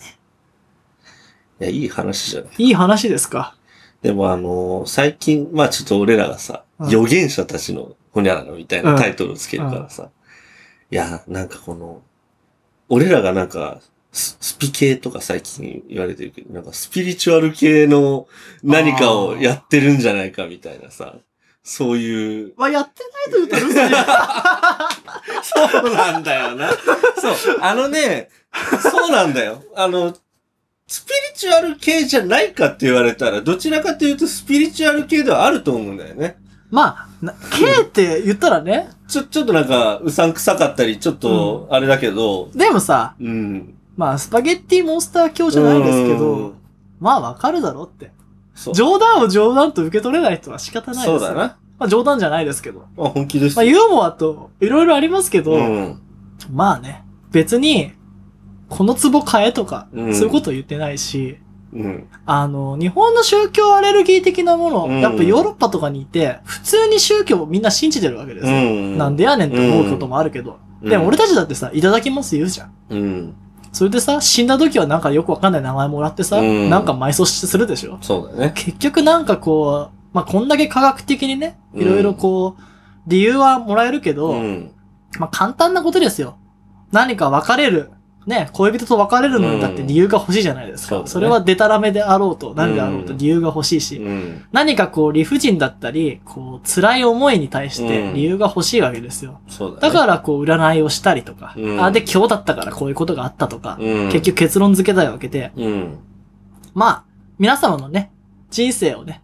Speaker 2: いや、いい話じゃない。
Speaker 3: いい話ですか。
Speaker 2: でもあのー最近、まあちょっと俺らがさ、
Speaker 3: うん
Speaker 2: 預言者たちのほにゃららみたいなタイトルをつけるからさ。いや、なんかこの、俺らがなんか、ススピ系とか最近言われてるけど、なんかスピリチュアル系の何かをやってるんじゃないかみたいなさ、そういう
Speaker 3: まあ、やってないと言うと嘘 じゃ
Speaker 2: そうなんだよな。 そう。あのね、そうなんだよ。あの、スピリチュアル系じゃないかって言われたら、どちらかというとスピリチュアル系ではあると思うんだよね。
Speaker 3: まあ、な K って言ったらね、
Speaker 2: ちょ、ちょっとなんか、うさんくさかったり、ちょっと、あれだけど、
Speaker 3: でもさ、
Speaker 2: うん。
Speaker 3: まあ、スパゲッティモンスター教じゃないですけ
Speaker 2: う
Speaker 3: ど
Speaker 2: ん、、
Speaker 3: まあ、わかるだろうって。
Speaker 2: そう。
Speaker 3: 冗談を冗談と受け取れない人は仕方ないです
Speaker 2: そ
Speaker 3: よ
Speaker 2: うだ。な。
Speaker 3: まあ、冗談じゃないですけど。
Speaker 2: まあ、本気です
Speaker 3: まあ、ユーモアといろいろありますけど、
Speaker 2: うん。
Speaker 3: まあね、別に、この壺買えとか、
Speaker 2: うん
Speaker 3: そういうこと言ってないし、
Speaker 2: うん。
Speaker 3: あの、日本の宗教アレルギー的なもの、
Speaker 2: うん
Speaker 3: やっぱヨーロッパとかにいて、普通に宗教をみんな信じてるわけです
Speaker 2: う
Speaker 3: よ。
Speaker 2: ん。
Speaker 3: なんでやねんって思うこともあるけ
Speaker 2: う
Speaker 3: ど。
Speaker 2: ん
Speaker 3: でも俺たちだってさ、いただきます言うじゃん。
Speaker 2: うん。
Speaker 3: それでさ、死んだ時はなんかよくわかんない名前もらってさ、
Speaker 2: うん
Speaker 3: なんか埋葬するでしょ
Speaker 2: そうだね。
Speaker 3: 結局なんかこう、まあ、こんだけ科学的にね、
Speaker 2: うん
Speaker 3: いろいろこう、理由はもらえるけど、
Speaker 2: うん。
Speaker 3: まあ、簡単なことですよ。何か別れる。ね、恋人と別れるのにだって理由が欲しいじゃないですか。
Speaker 2: うん
Speaker 3: それはデタラメであろうと、何であろうと
Speaker 2: うん
Speaker 3: 理由が欲しいし、
Speaker 2: うん。
Speaker 3: 何かこう理不尽だったり、こう辛い思いに対して
Speaker 2: うん
Speaker 3: 理由が欲しいわけですよ。
Speaker 2: そうだ
Speaker 3: だ
Speaker 2: ね。
Speaker 3: からこう占いをしたりとか、
Speaker 2: うん
Speaker 3: あ、で今日だったからこういうことがあったとか、
Speaker 2: うん。
Speaker 3: 結局結論付けたいわけで、
Speaker 2: うん。
Speaker 3: まあ、皆様のね、人生をね、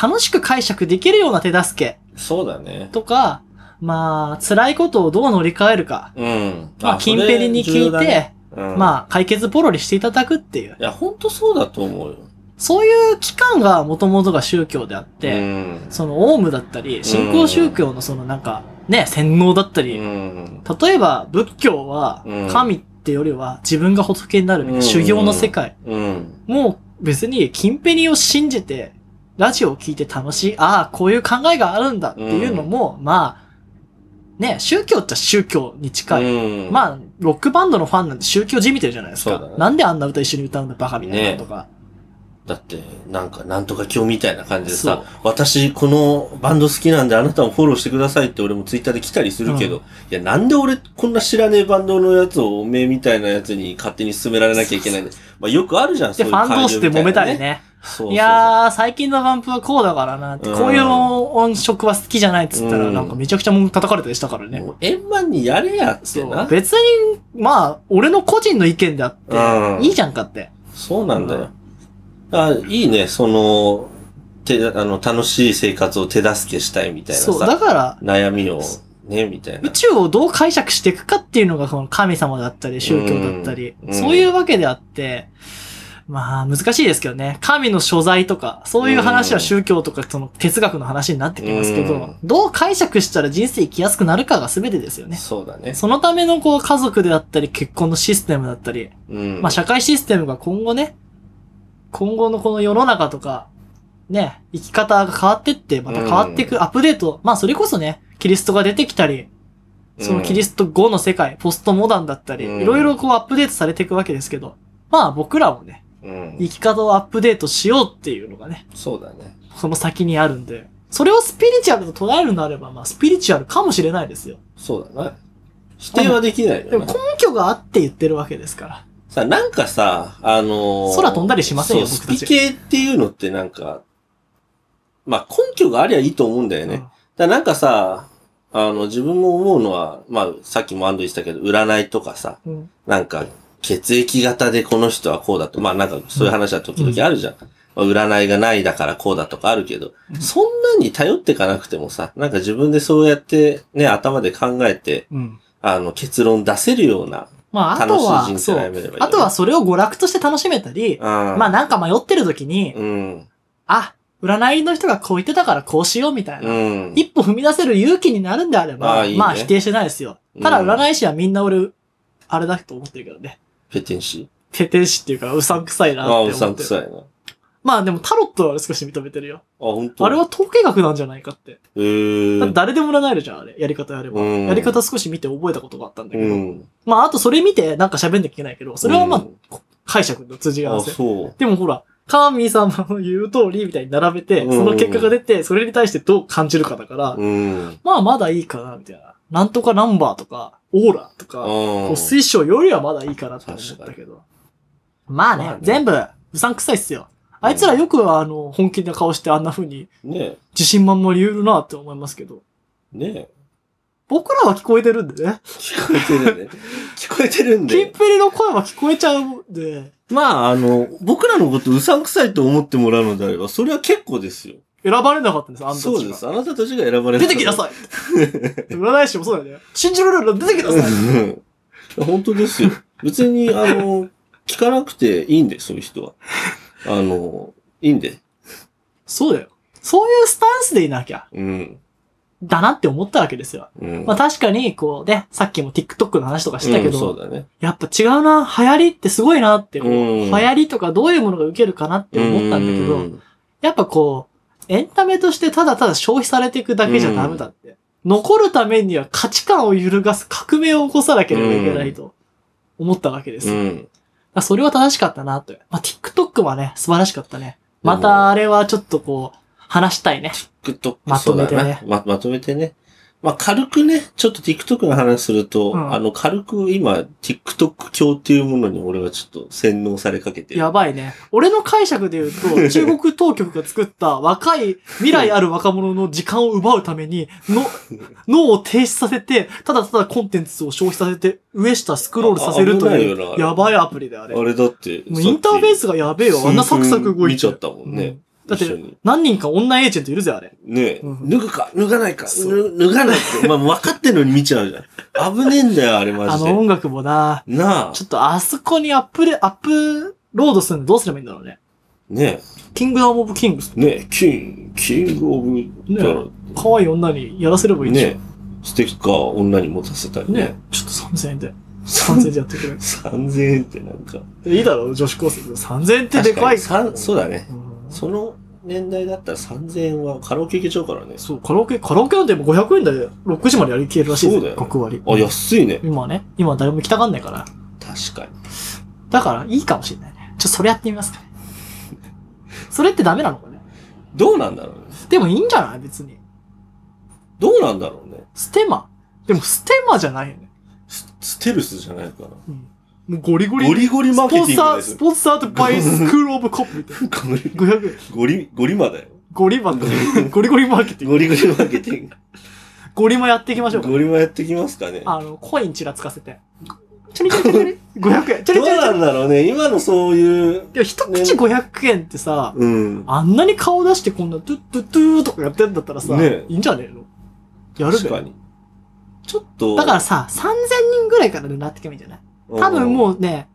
Speaker 3: 楽しく解釈できるような手助け
Speaker 2: そうだね。
Speaker 3: とか、まあ、辛いことをどう乗り換えるか、
Speaker 2: うん。
Speaker 3: まあ、
Speaker 2: そ
Speaker 3: キ
Speaker 2: れ
Speaker 3: ンペリに
Speaker 2: 重
Speaker 3: 聞
Speaker 2: 要だ
Speaker 3: い
Speaker 2: ね
Speaker 3: て、
Speaker 2: うん
Speaker 3: まあ、解決ポロリしていただくっていう、
Speaker 2: いや、ほんとそうだと思うよ。
Speaker 3: そういう期間が元々が宗教であって、
Speaker 2: うん、
Speaker 3: そのオウムだったり、信仰宗教のそのなんか、ね、洗脳だったり、
Speaker 2: うん。
Speaker 3: 例えば仏教は
Speaker 2: うん
Speaker 3: 神ってよりは自分が仏になるみたいな
Speaker 2: うん
Speaker 3: 修行の世界。
Speaker 2: うん。
Speaker 3: もう別に金ペニを信じて、ラジオを聞いて楽しい、ああ、こういう考えがあるんだっていうのも、まあ、ね、宗教っちゃ宗教に近い。
Speaker 2: うん、あ、
Speaker 3: まあ、ロックバンドのファンなんて宗教じみてるじゃないです
Speaker 2: そ
Speaker 3: か。
Speaker 2: うだね
Speaker 3: なんであんな歌一緒に歌うんだバカみたいなとか。
Speaker 2: だって、なんか、なんとか今日みたいな感じでさ
Speaker 3: そ、
Speaker 2: 私、このバンド好きなんで、あなたもフォローしてくださいって俺もツイッターで来たりするけど、
Speaker 3: う
Speaker 2: いや、なんで俺、こんな知らねえバンドのやつを、おめえみたいなやつに勝手に勧められなきゃいけないんで、 まあ、よくあるじゃん、
Speaker 3: で、
Speaker 2: そうい
Speaker 3: フ
Speaker 2: う感
Speaker 3: ァ
Speaker 2: 情
Speaker 3: ン同士で揉めたり
Speaker 2: みいな。
Speaker 3: ね。
Speaker 2: そうそうそう
Speaker 3: いやー、最近のバンプはこうだからなって、
Speaker 2: うん
Speaker 3: こういう音色は好きじゃないっつったら、
Speaker 2: うん
Speaker 3: なんかめちゃくちゃも叩かれたりしたからね。
Speaker 2: もう円満にやれやって
Speaker 3: そ
Speaker 2: な
Speaker 3: う。。別に、まあ、俺の個人の意見であって、
Speaker 2: うん
Speaker 3: いいじゃんかって。
Speaker 2: そうなんだよ。あいいね、その、てあの楽しい生活を手助けしたいみたいな
Speaker 3: そう。
Speaker 2: さ、
Speaker 3: だから、
Speaker 2: 悩みをね、みたい
Speaker 3: 宇
Speaker 2: な。
Speaker 3: 宙をどう解釈していくかっていうのが、この神様だったり、宗教だったり、
Speaker 2: うん
Speaker 3: そういうわけであって、まあ、難しいですけどね。神の所在とか、そういう話
Speaker 2: う
Speaker 3: は
Speaker 2: ん
Speaker 3: 宗教とか、その哲学の話になってきますけど、
Speaker 2: うん
Speaker 3: どう解釈したら人生生きやすくなるかが全てですよね。
Speaker 2: そうだね。
Speaker 3: そのためのこう家族であったり結婚のシステムだったり、
Speaker 2: うん。
Speaker 3: まあ社会システムが今後ね、今後のこの世の中とか、ね、生き方が変わってって、また変わっていく、アップデート、まあそれこそね、キリストが出てきたり、そのキリ
Speaker 2: ス
Speaker 3: スト後の世界、ポストモダンだったり、
Speaker 2: うん
Speaker 3: いろいろこうアップデートされていくわけですけど、まあ僕らもね、
Speaker 2: ト、うん
Speaker 3: 生き方をアップデートしようっていうのがね、
Speaker 2: そうだね。
Speaker 3: その先にあるんで、それをスピリチュアルと捉えるのであれば、まあスピリチュアルかもしれないですよ。
Speaker 2: そうだな。否定はできない
Speaker 3: で
Speaker 2: よ
Speaker 3: も
Speaker 2: な
Speaker 3: 根。拠があって言ってるわけですから。
Speaker 2: さ、なんかさ、あのー
Speaker 3: 空飛んだりしませんよ
Speaker 2: そう、ス
Speaker 3: 僕た
Speaker 2: ピ
Speaker 3: ち
Speaker 2: 系っていうのってなんか、まあ根拠がありゃいいと思うんだよね。
Speaker 3: うん
Speaker 2: だからなんかさ、あの、自分も思うのは、まあ、さっきも安藤言ってたけど、占いとかさ、
Speaker 3: うん
Speaker 2: なんか、血液型でこの人はこうだと。まあなんかそういう話は時々あるじゃん。まあ占いがないだからこうだとかあるけど、
Speaker 3: うん
Speaker 2: そんなに頼ってかなくてもさ、なんか自分でそうやってね、頭で考えて、
Speaker 3: うん。
Speaker 2: あの、結論出せるような
Speaker 3: まあ、あ
Speaker 2: 楽
Speaker 3: と
Speaker 2: しい
Speaker 3: は、
Speaker 2: 人生
Speaker 3: そ
Speaker 2: を歩
Speaker 3: う。
Speaker 2: めればいいよね、
Speaker 3: あとはそれを娯楽として楽しめたり、
Speaker 2: うん、
Speaker 3: まあなんか迷ってる時に、
Speaker 2: うん。
Speaker 3: あ、占いの人がこう言ってたからこうしようみたいな。
Speaker 2: うん。
Speaker 3: 一歩踏み出せる勇気になるんであれば、
Speaker 2: あーいいね
Speaker 3: まあ否定してないですよ。ただ占い師はみんな俺、あれだと思ってるけどね。
Speaker 2: ペテンシ
Speaker 3: ペテン師っていうか、うさんくさい
Speaker 2: ー。
Speaker 3: なって
Speaker 2: ああ、
Speaker 3: 思
Speaker 2: う
Speaker 3: ってる。
Speaker 2: さんくさいな。あ、
Speaker 3: まあでもタロットは少し認めてるよ。
Speaker 2: 本当。
Speaker 3: あれは統計学なんじゃないかって。
Speaker 2: えー、
Speaker 3: だって誰でも占えるじゃん、あれ。やり方やれば。
Speaker 2: うん
Speaker 3: やり方少し見て覚えたことがあったんだけど。
Speaker 2: うん。
Speaker 3: まああとそれ見てなんか喋んなきゃいけないけど、それはまあ、
Speaker 2: うん
Speaker 3: こ解釈の辻が合
Speaker 2: あ、
Speaker 3: わせ。
Speaker 2: そう。
Speaker 3: でもほら、カーミーさんの言う通りみたいに並べて、
Speaker 2: うん
Speaker 3: その結果が出て、それに対してどう感じるかだから、
Speaker 2: うん。
Speaker 3: まあまだいいかな、みたいな。なんとかナンバーとか、オーラとか、こう
Speaker 2: あ
Speaker 3: 水晶よりはまだいいかなって思ったけど。まあね、
Speaker 2: まあね
Speaker 3: 全部、うさんくさいっすよ。あいつらよくあの、本気な顔してあんな風に
Speaker 2: ねえ。
Speaker 3: 自信満々に言うなって思いますけど。
Speaker 2: ねえ。
Speaker 3: 僕らは聞こえてるんでね。
Speaker 2: 聞こえて るね。聞こえてるん
Speaker 3: キ
Speaker 2: で。
Speaker 3: ンプリの声は聞こえちゃうんで、
Speaker 2: まあ、あの、僕らのことうさんくさいと思ってもらうのであれば、それは結構ですよ。
Speaker 3: 選ばれなかったんです、あんたたちが
Speaker 2: そうです。あなたたちが選ばれ
Speaker 3: 出てきなさい占い師もそうだよね。信じられるなら出てきなさい
Speaker 2: い。本当ですよ。別に、あの、聞かなくていいんで、そういう人は。あの、いいんで。
Speaker 3: そうだよ。そういうスタンスでいなきゃ、
Speaker 2: うん。
Speaker 3: だなって思ったわけですよ。
Speaker 2: うん。
Speaker 3: まあ確かに、こうね、さっきも TikTok の話とかしてたけ
Speaker 2: うん
Speaker 3: ど、
Speaker 2: そうだね。
Speaker 3: やっぱ違うな、流行りってすごいなって、こう
Speaker 2: うん
Speaker 3: 流行りとかどういうものが受けるかなって思ったんだけ
Speaker 2: う
Speaker 3: ど、
Speaker 2: ん
Speaker 3: やっぱこう、エンタメとしてただただ消費されていくだけじゃダメだって。残るためには価値観を揺るがす革命を起こさなければいけないと思ったわけです
Speaker 2: う
Speaker 3: よ。
Speaker 2: ん。
Speaker 3: まあそれは正しかったなと。まあ、TikTok はね、素晴らしかったね。またあれはちょっとこう、話したいね。
Speaker 2: TikTok、
Speaker 3: まとめてね
Speaker 2: そうだなま、まとめてね。まあ、軽くね、ちょっと TikTok の話すると、
Speaker 3: うん
Speaker 2: あの、軽く今、TikTok 教っていうものに俺はちょっと洗脳されかけてる。
Speaker 3: やばいね。俺の解釈で言 うと、中国当局が作った若い、未来ある若者の時間を奪うために、 の、脳を停止させて、ただただコンテンツを消費させて、上下スクロールさせるとい
Speaker 2: あ危ないよ
Speaker 3: う、
Speaker 2: な
Speaker 3: やばいアプリであれ。
Speaker 2: あれだって、
Speaker 3: もうインターフェー
Speaker 2: さ
Speaker 3: スがや
Speaker 2: っき
Speaker 3: べえよ。あんなサクサク動い
Speaker 2: 見ち
Speaker 3: て。
Speaker 2: ゃったもんね。
Speaker 3: うんだって
Speaker 2: 一緒に
Speaker 3: 何人か女エージェントいるぜ、あれ。
Speaker 2: ねえ、
Speaker 3: うん
Speaker 2: 脱ぐか、脱がないか、
Speaker 3: そう
Speaker 2: ぬ脱がない って。まあ、分かってんのに見ちゃうじゃん。危ねえんだよ、あれマ
Speaker 3: あ
Speaker 2: ジ
Speaker 3: の
Speaker 2: で。
Speaker 3: 音楽もな、
Speaker 2: なあ。
Speaker 3: ちょっとあそこにアップで、アップロードするのどうすればいいんだろうね。
Speaker 2: ね
Speaker 3: キングダムオブキングス。
Speaker 2: え、ねえ、キン、キングオブ、
Speaker 3: え可愛い女にやらせればいい
Speaker 2: ね
Speaker 3: じゃん。
Speaker 2: え、ステッカーを女に持たせたり
Speaker 3: ね
Speaker 2: ね。
Speaker 3: ちょっと3000円で。3000円でやってくれ
Speaker 2: 3000円ってなんか。
Speaker 3: で。いいだろう、女子高生。3000円ってでかい。
Speaker 2: 確かにさんそうだね。
Speaker 3: うん
Speaker 2: その年代だったら3000円はカラオケ行けちゃうからね。
Speaker 3: そう、カラオケ、カラオケなんてもう500円で6時までやりきれるらしい
Speaker 2: そうだ
Speaker 3: ぜ、
Speaker 2: よね
Speaker 3: 6割。
Speaker 2: あ、安いね。
Speaker 3: 今はね、今は誰も行きたがんないから。
Speaker 2: 確かに。
Speaker 3: だから、いいかもしれないね。ちょ、それやってみますか ね。それってダメなのかね。
Speaker 2: どうなんだろうね。
Speaker 3: でもいいんじゃない別に。
Speaker 2: どうなんだろうね。
Speaker 3: ステマ。でも、ステマじゃないよね。
Speaker 2: スステルスじゃないかな。
Speaker 3: うん。もうゴリゴリ
Speaker 2: ゴリゴリマー
Speaker 3: ス
Speaker 2: ケ
Speaker 3: ポン
Speaker 2: ティン
Speaker 3: サ
Speaker 2: グ
Speaker 3: ー、
Speaker 2: で
Speaker 3: ス
Speaker 2: す。
Speaker 3: ポンサードバイスクールオブコップみたいな。
Speaker 2: ゴリ、
Speaker 3: 500円。
Speaker 2: ゴリ、ゴリマだよ。
Speaker 3: ゴリ マンゴリゴリマーケティング。
Speaker 2: ゴリゴリマーケティン
Speaker 3: ゴリマやっていきましょう
Speaker 2: グ。
Speaker 3: か。
Speaker 2: ゴリマやってきますかね。
Speaker 3: あの、コインちらつかせて。ちょりちょり ちょりちょり。500円。ちょ
Speaker 2: ど
Speaker 3: り
Speaker 2: う
Speaker 3: ちょりち
Speaker 2: な
Speaker 3: ょ
Speaker 2: ん
Speaker 3: り。
Speaker 2: だろうね。今のそういう、
Speaker 3: でも一口500円ってさ、
Speaker 2: うん。
Speaker 3: あんなに顔出してこんなトゥットゥットゥーとかやってんだったらさ、
Speaker 2: ね
Speaker 3: いいんじゃねえのやる
Speaker 2: 確
Speaker 3: べ。
Speaker 2: かに。ちょっと。
Speaker 3: だからさ、3000人ぐらいから狙ってけばいいんじゃない多分
Speaker 2: う
Speaker 3: もうね、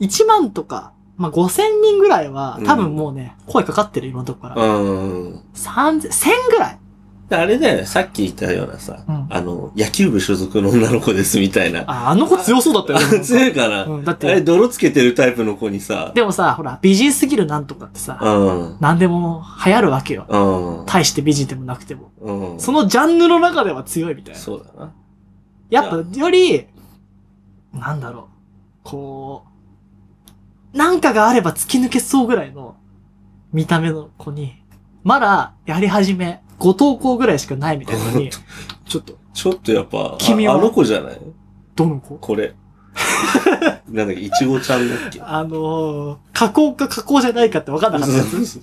Speaker 3: 1万とか、まあ、5000人ぐらいは、多分もうね、声かかってる、今のとこか
Speaker 2: ん、
Speaker 3: ら。
Speaker 2: うん。
Speaker 3: 3000、1000ぐらい。
Speaker 2: あれだよね、さっき言ったようなさ、
Speaker 3: うん
Speaker 2: あの、野球部所属の女の子ですみたいな。
Speaker 3: あ、あの子強そうだったよね。
Speaker 2: 強いかな、
Speaker 3: うん、だっ
Speaker 2: あれ、
Speaker 3: て、
Speaker 2: 泥つけてるタイプの子にさ、
Speaker 3: でもさ、ほら、美人すぎるなんとかって
Speaker 2: う
Speaker 3: さ、
Speaker 2: ん。
Speaker 3: なんでも流行るわけよ。
Speaker 2: うん。
Speaker 3: 大して美人でもなくても。
Speaker 2: うん。
Speaker 3: そのジャンルの中では強いみたいな。
Speaker 2: そうだな。
Speaker 3: やっぱ、より、なんだろう。こう、なんかがあれば突き抜けそうぐらいの見た目の子に、まだやり始め、5投稿ぐらいしかないみたいなのに、 ちょっと、
Speaker 2: ちょっとやっぱ、あ
Speaker 3: 君は
Speaker 2: あの子じゃない
Speaker 3: どの子
Speaker 2: こ れ。なんだっけ、いちごちゃんだっけ。
Speaker 3: あのー、加工か加工じゃないかって分かんなかったやつ。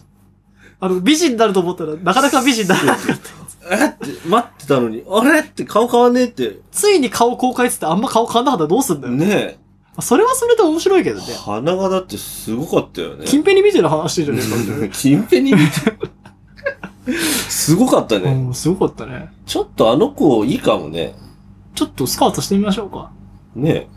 Speaker 3: あの、美人になると思ったら、なかなか美人にならなかったやつ。
Speaker 2: えって、待ってたのに、あれって顔変わんねえって。
Speaker 3: ついに顔公開っつってあんま顔変わんなかったらどうすんだよ。
Speaker 2: ねえ。
Speaker 3: あそれはそれで面白いけどね。
Speaker 2: 鼻がだってすごかったよね。
Speaker 3: 近辺に見てる話じゃねえ
Speaker 2: 金ペニすごかった
Speaker 3: か。う
Speaker 2: ね。
Speaker 3: ん、すごかったね。
Speaker 2: ちょっとあの子いいかもね。
Speaker 3: ちょっとスカウトしてみましょうか。
Speaker 2: ね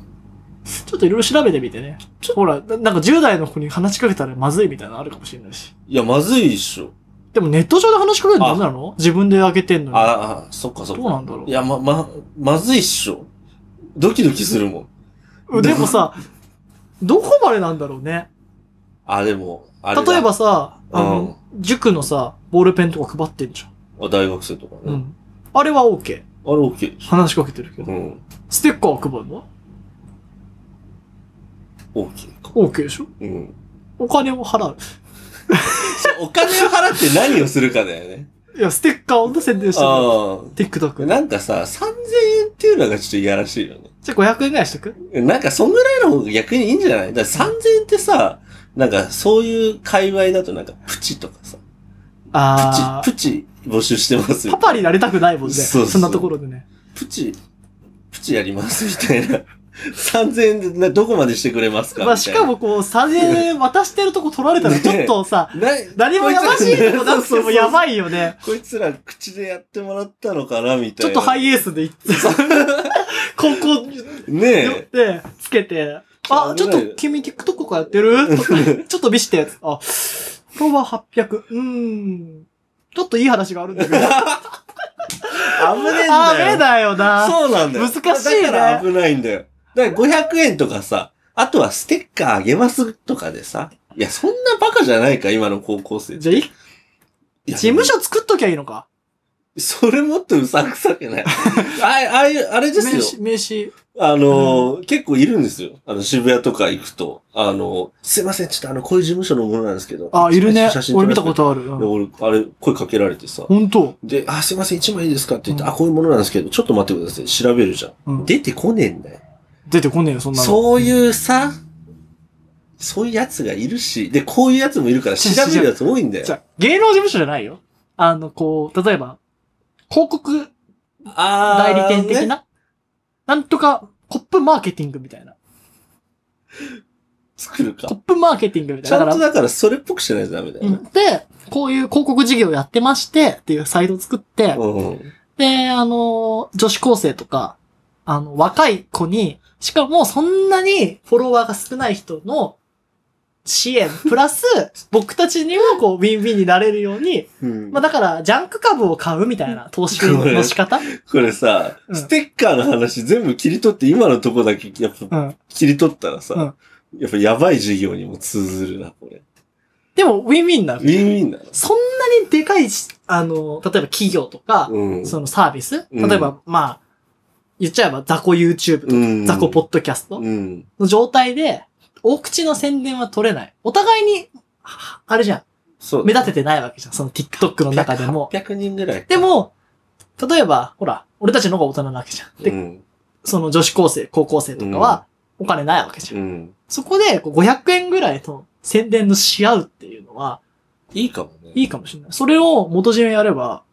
Speaker 3: ちょっといろいろ調べてみてね。ちょほら、ななんか10代の子に話しかけたらまずいみたいなのあるかもしれないし。
Speaker 2: いや、まずいっしょ。
Speaker 3: でもネット上で話しかけるのダメなの自分で開けてんのに。
Speaker 2: ああ、そっかそっ
Speaker 3: どう
Speaker 2: か。
Speaker 3: なんだろう
Speaker 2: い。や、ま、ま、まずいっしょ。ドキドキするもん。
Speaker 3: うんでもさ、どこまでなんだろうね。
Speaker 2: あ、でも、あれだ
Speaker 3: 例えばさ、あの、塾のさ、ボールペンとか配ってんじ
Speaker 2: あ大学生とか
Speaker 3: ゃん。う
Speaker 2: ね。
Speaker 3: ん。あれは OK。
Speaker 2: あれ OK でしょ。
Speaker 3: 話しかけてるけ
Speaker 2: う
Speaker 3: ど。
Speaker 2: ん。
Speaker 3: ステッカーは配るの
Speaker 2: OK か。
Speaker 3: ?OK でしょ
Speaker 2: うん。
Speaker 3: お金を払う。
Speaker 2: そうお金を払って何をするかだよ ね。
Speaker 3: いや、ステッカーをね宣伝してる。
Speaker 2: ああ。
Speaker 3: TikTok。
Speaker 2: なんかさ、3000円っていうのがちょっといやらしいよね。
Speaker 3: じゃあ500円ぐらいしとく
Speaker 2: なんかそんぐらいの方が逆にいいんじゃないだから3000円ってさ、なんかそういう界隈だとなんかプチとかさ、
Speaker 3: あ
Speaker 2: プチ、プチ募集してます
Speaker 3: ー。パ
Speaker 2: よ。
Speaker 3: パになりたくないもんね。
Speaker 2: そうそう
Speaker 3: そんなところでね。
Speaker 2: プチ、プチやりますみたいな。3000円でなどこまでしてくれますか
Speaker 3: まあ、しか、もこう、3000円渡してるとこ取られたらちょっとさ、
Speaker 2: みたいな
Speaker 3: 何もやましいとこなくてもやばいよね。
Speaker 2: こいつら口でやってもらったのかなみた
Speaker 3: ちょ
Speaker 2: い
Speaker 3: っ
Speaker 2: な。
Speaker 3: とハイエースで行って、ここ
Speaker 2: ね
Speaker 3: 寄っ
Speaker 2: え。
Speaker 3: て、つけて、あ、ちょっと君 TikTok とかやってるとかちょっと見して。あ、フォロワー800。うーん。ちょっといい話があるんだけど。
Speaker 2: 危ねえんだよ。
Speaker 3: ダメだよな。
Speaker 2: そうなんだよ。
Speaker 3: 難しいね
Speaker 2: だから危ないんだよ。だから500円とかさ、あとはステッカーあげますとかでさ。いや、そんなバカじゃないか、今の高校生。
Speaker 3: じゃあ、い事
Speaker 2: いや
Speaker 3: 務所作っときゃいいのか。
Speaker 2: それもっとうさんくさくない あああいう、あれです
Speaker 3: 名
Speaker 2: よ。
Speaker 3: 刺、名刺。
Speaker 2: あのー、結構いるんですよ。あの、渋谷とか行くと。あのー、すいません、ちょっとあの、こういう事務所のものなんですけど。
Speaker 3: あ、いるね
Speaker 2: 写真。撮
Speaker 3: 俺
Speaker 2: ら
Speaker 3: 見
Speaker 2: せて
Speaker 3: たことある。うん
Speaker 2: で俺、あれ、声かけられてさ。
Speaker 3: ほんと。
Speaker 2: で、あ、すいません、一枚いいですかって言って、
Speaker 3: うん
Speaker 2: あ、こういうものなんですけど、ちょっと待ってください。調べるじゃん。
Speaker 3: うん
Speaker 2: 出てこねえんだよ。
Speaker 3: 出てこねえよ、そんなの。
Speaker 2: そういうさ、そういうやつがいるし、で、こういうやつもいるから調
Speaker 3: 違う
Speaker 2: べるやつ多いんだよ
Speaker 3: じ。ゃあ芸能事務所じゃないよ。あの、こう、例えば、広告
Speaker 2: あ
Speaker 3: 代理店的
Speaker 2: ね
Speaker 3: な、なんとか、コップマーケティングみたいな。
Speaker 2: 作る
Speaker 3: コッ
Speaker 2: か。
Speaker 3: プマーケティングみたい
Speaker 2: ちゃ
Speaker 3: な。
Speaker 2: んと
Speaker 3: だか
Speaker 2: だからそれっぽくしないとダメだ
Speaker 3: ら、
Speaker 2: よね。
Speaker 3: うんで、こういう広告事業やってまして、っていうサイトを作って、
Speaker 2: うん。
Speaker 3: で、あの、女子高生とか、あの、若い子に、しかもそんなにフォロワーが少ない人の支援、プラス、僕たちにもこう、ウィンウィンになれるように、
Speaker 2: うん
Speaker 3: まあだから、ジャンク株を買うみたいな投資の仕 方
Speaker 2: これさ、
Speaker 3: うん
Speaker 2: ステッカーの話全部切り取って、今のとこだけやっぱ
Speaker 3: うん。
Speaker 2: 切り取ったらさ、やっぱやばい事業にも通ずるな、これ。
Speaker 3: でも、ウィンウィンな
Speaker 2: ウィンウィンなの。
Speaker 3: そんなにでかいし、あの、例えば企業とか、
Speaker 2: うん。
Speaker 3: そのサービス、
Speaker 2: うん
Speaker 3: 例えば、まあ、言っちゃえば雑魚 YouTube とか、
Speaker 2: うん
Speaker 3: 雑魚ポッドキャスト
Speaker 2: うん。
Speaker 3: の状態で、大口の宣伝は取れない。お互いに、はあれじゃん、
Speaker 2: そう。
Speaker 3: 目立ててないわけじゃん、その TikTok の中 でも。
Speaker 2: 100人ぐらい。
Speaker 3: でも、例えば、ほら、俺たちの方が大人なわけじゃん。で、
Speaker 2: うん。
Speaker 3: その女子高生、高校生とかは、お金ないわけじゃん。
Speaker 2: うん。
Speaker 3: そこで、こう500円ぐらいの宣伝のし合うっていうのは、
Speaker 2: いいかもね。
Speaker 3: いいかもしれない。それを元締めやれば、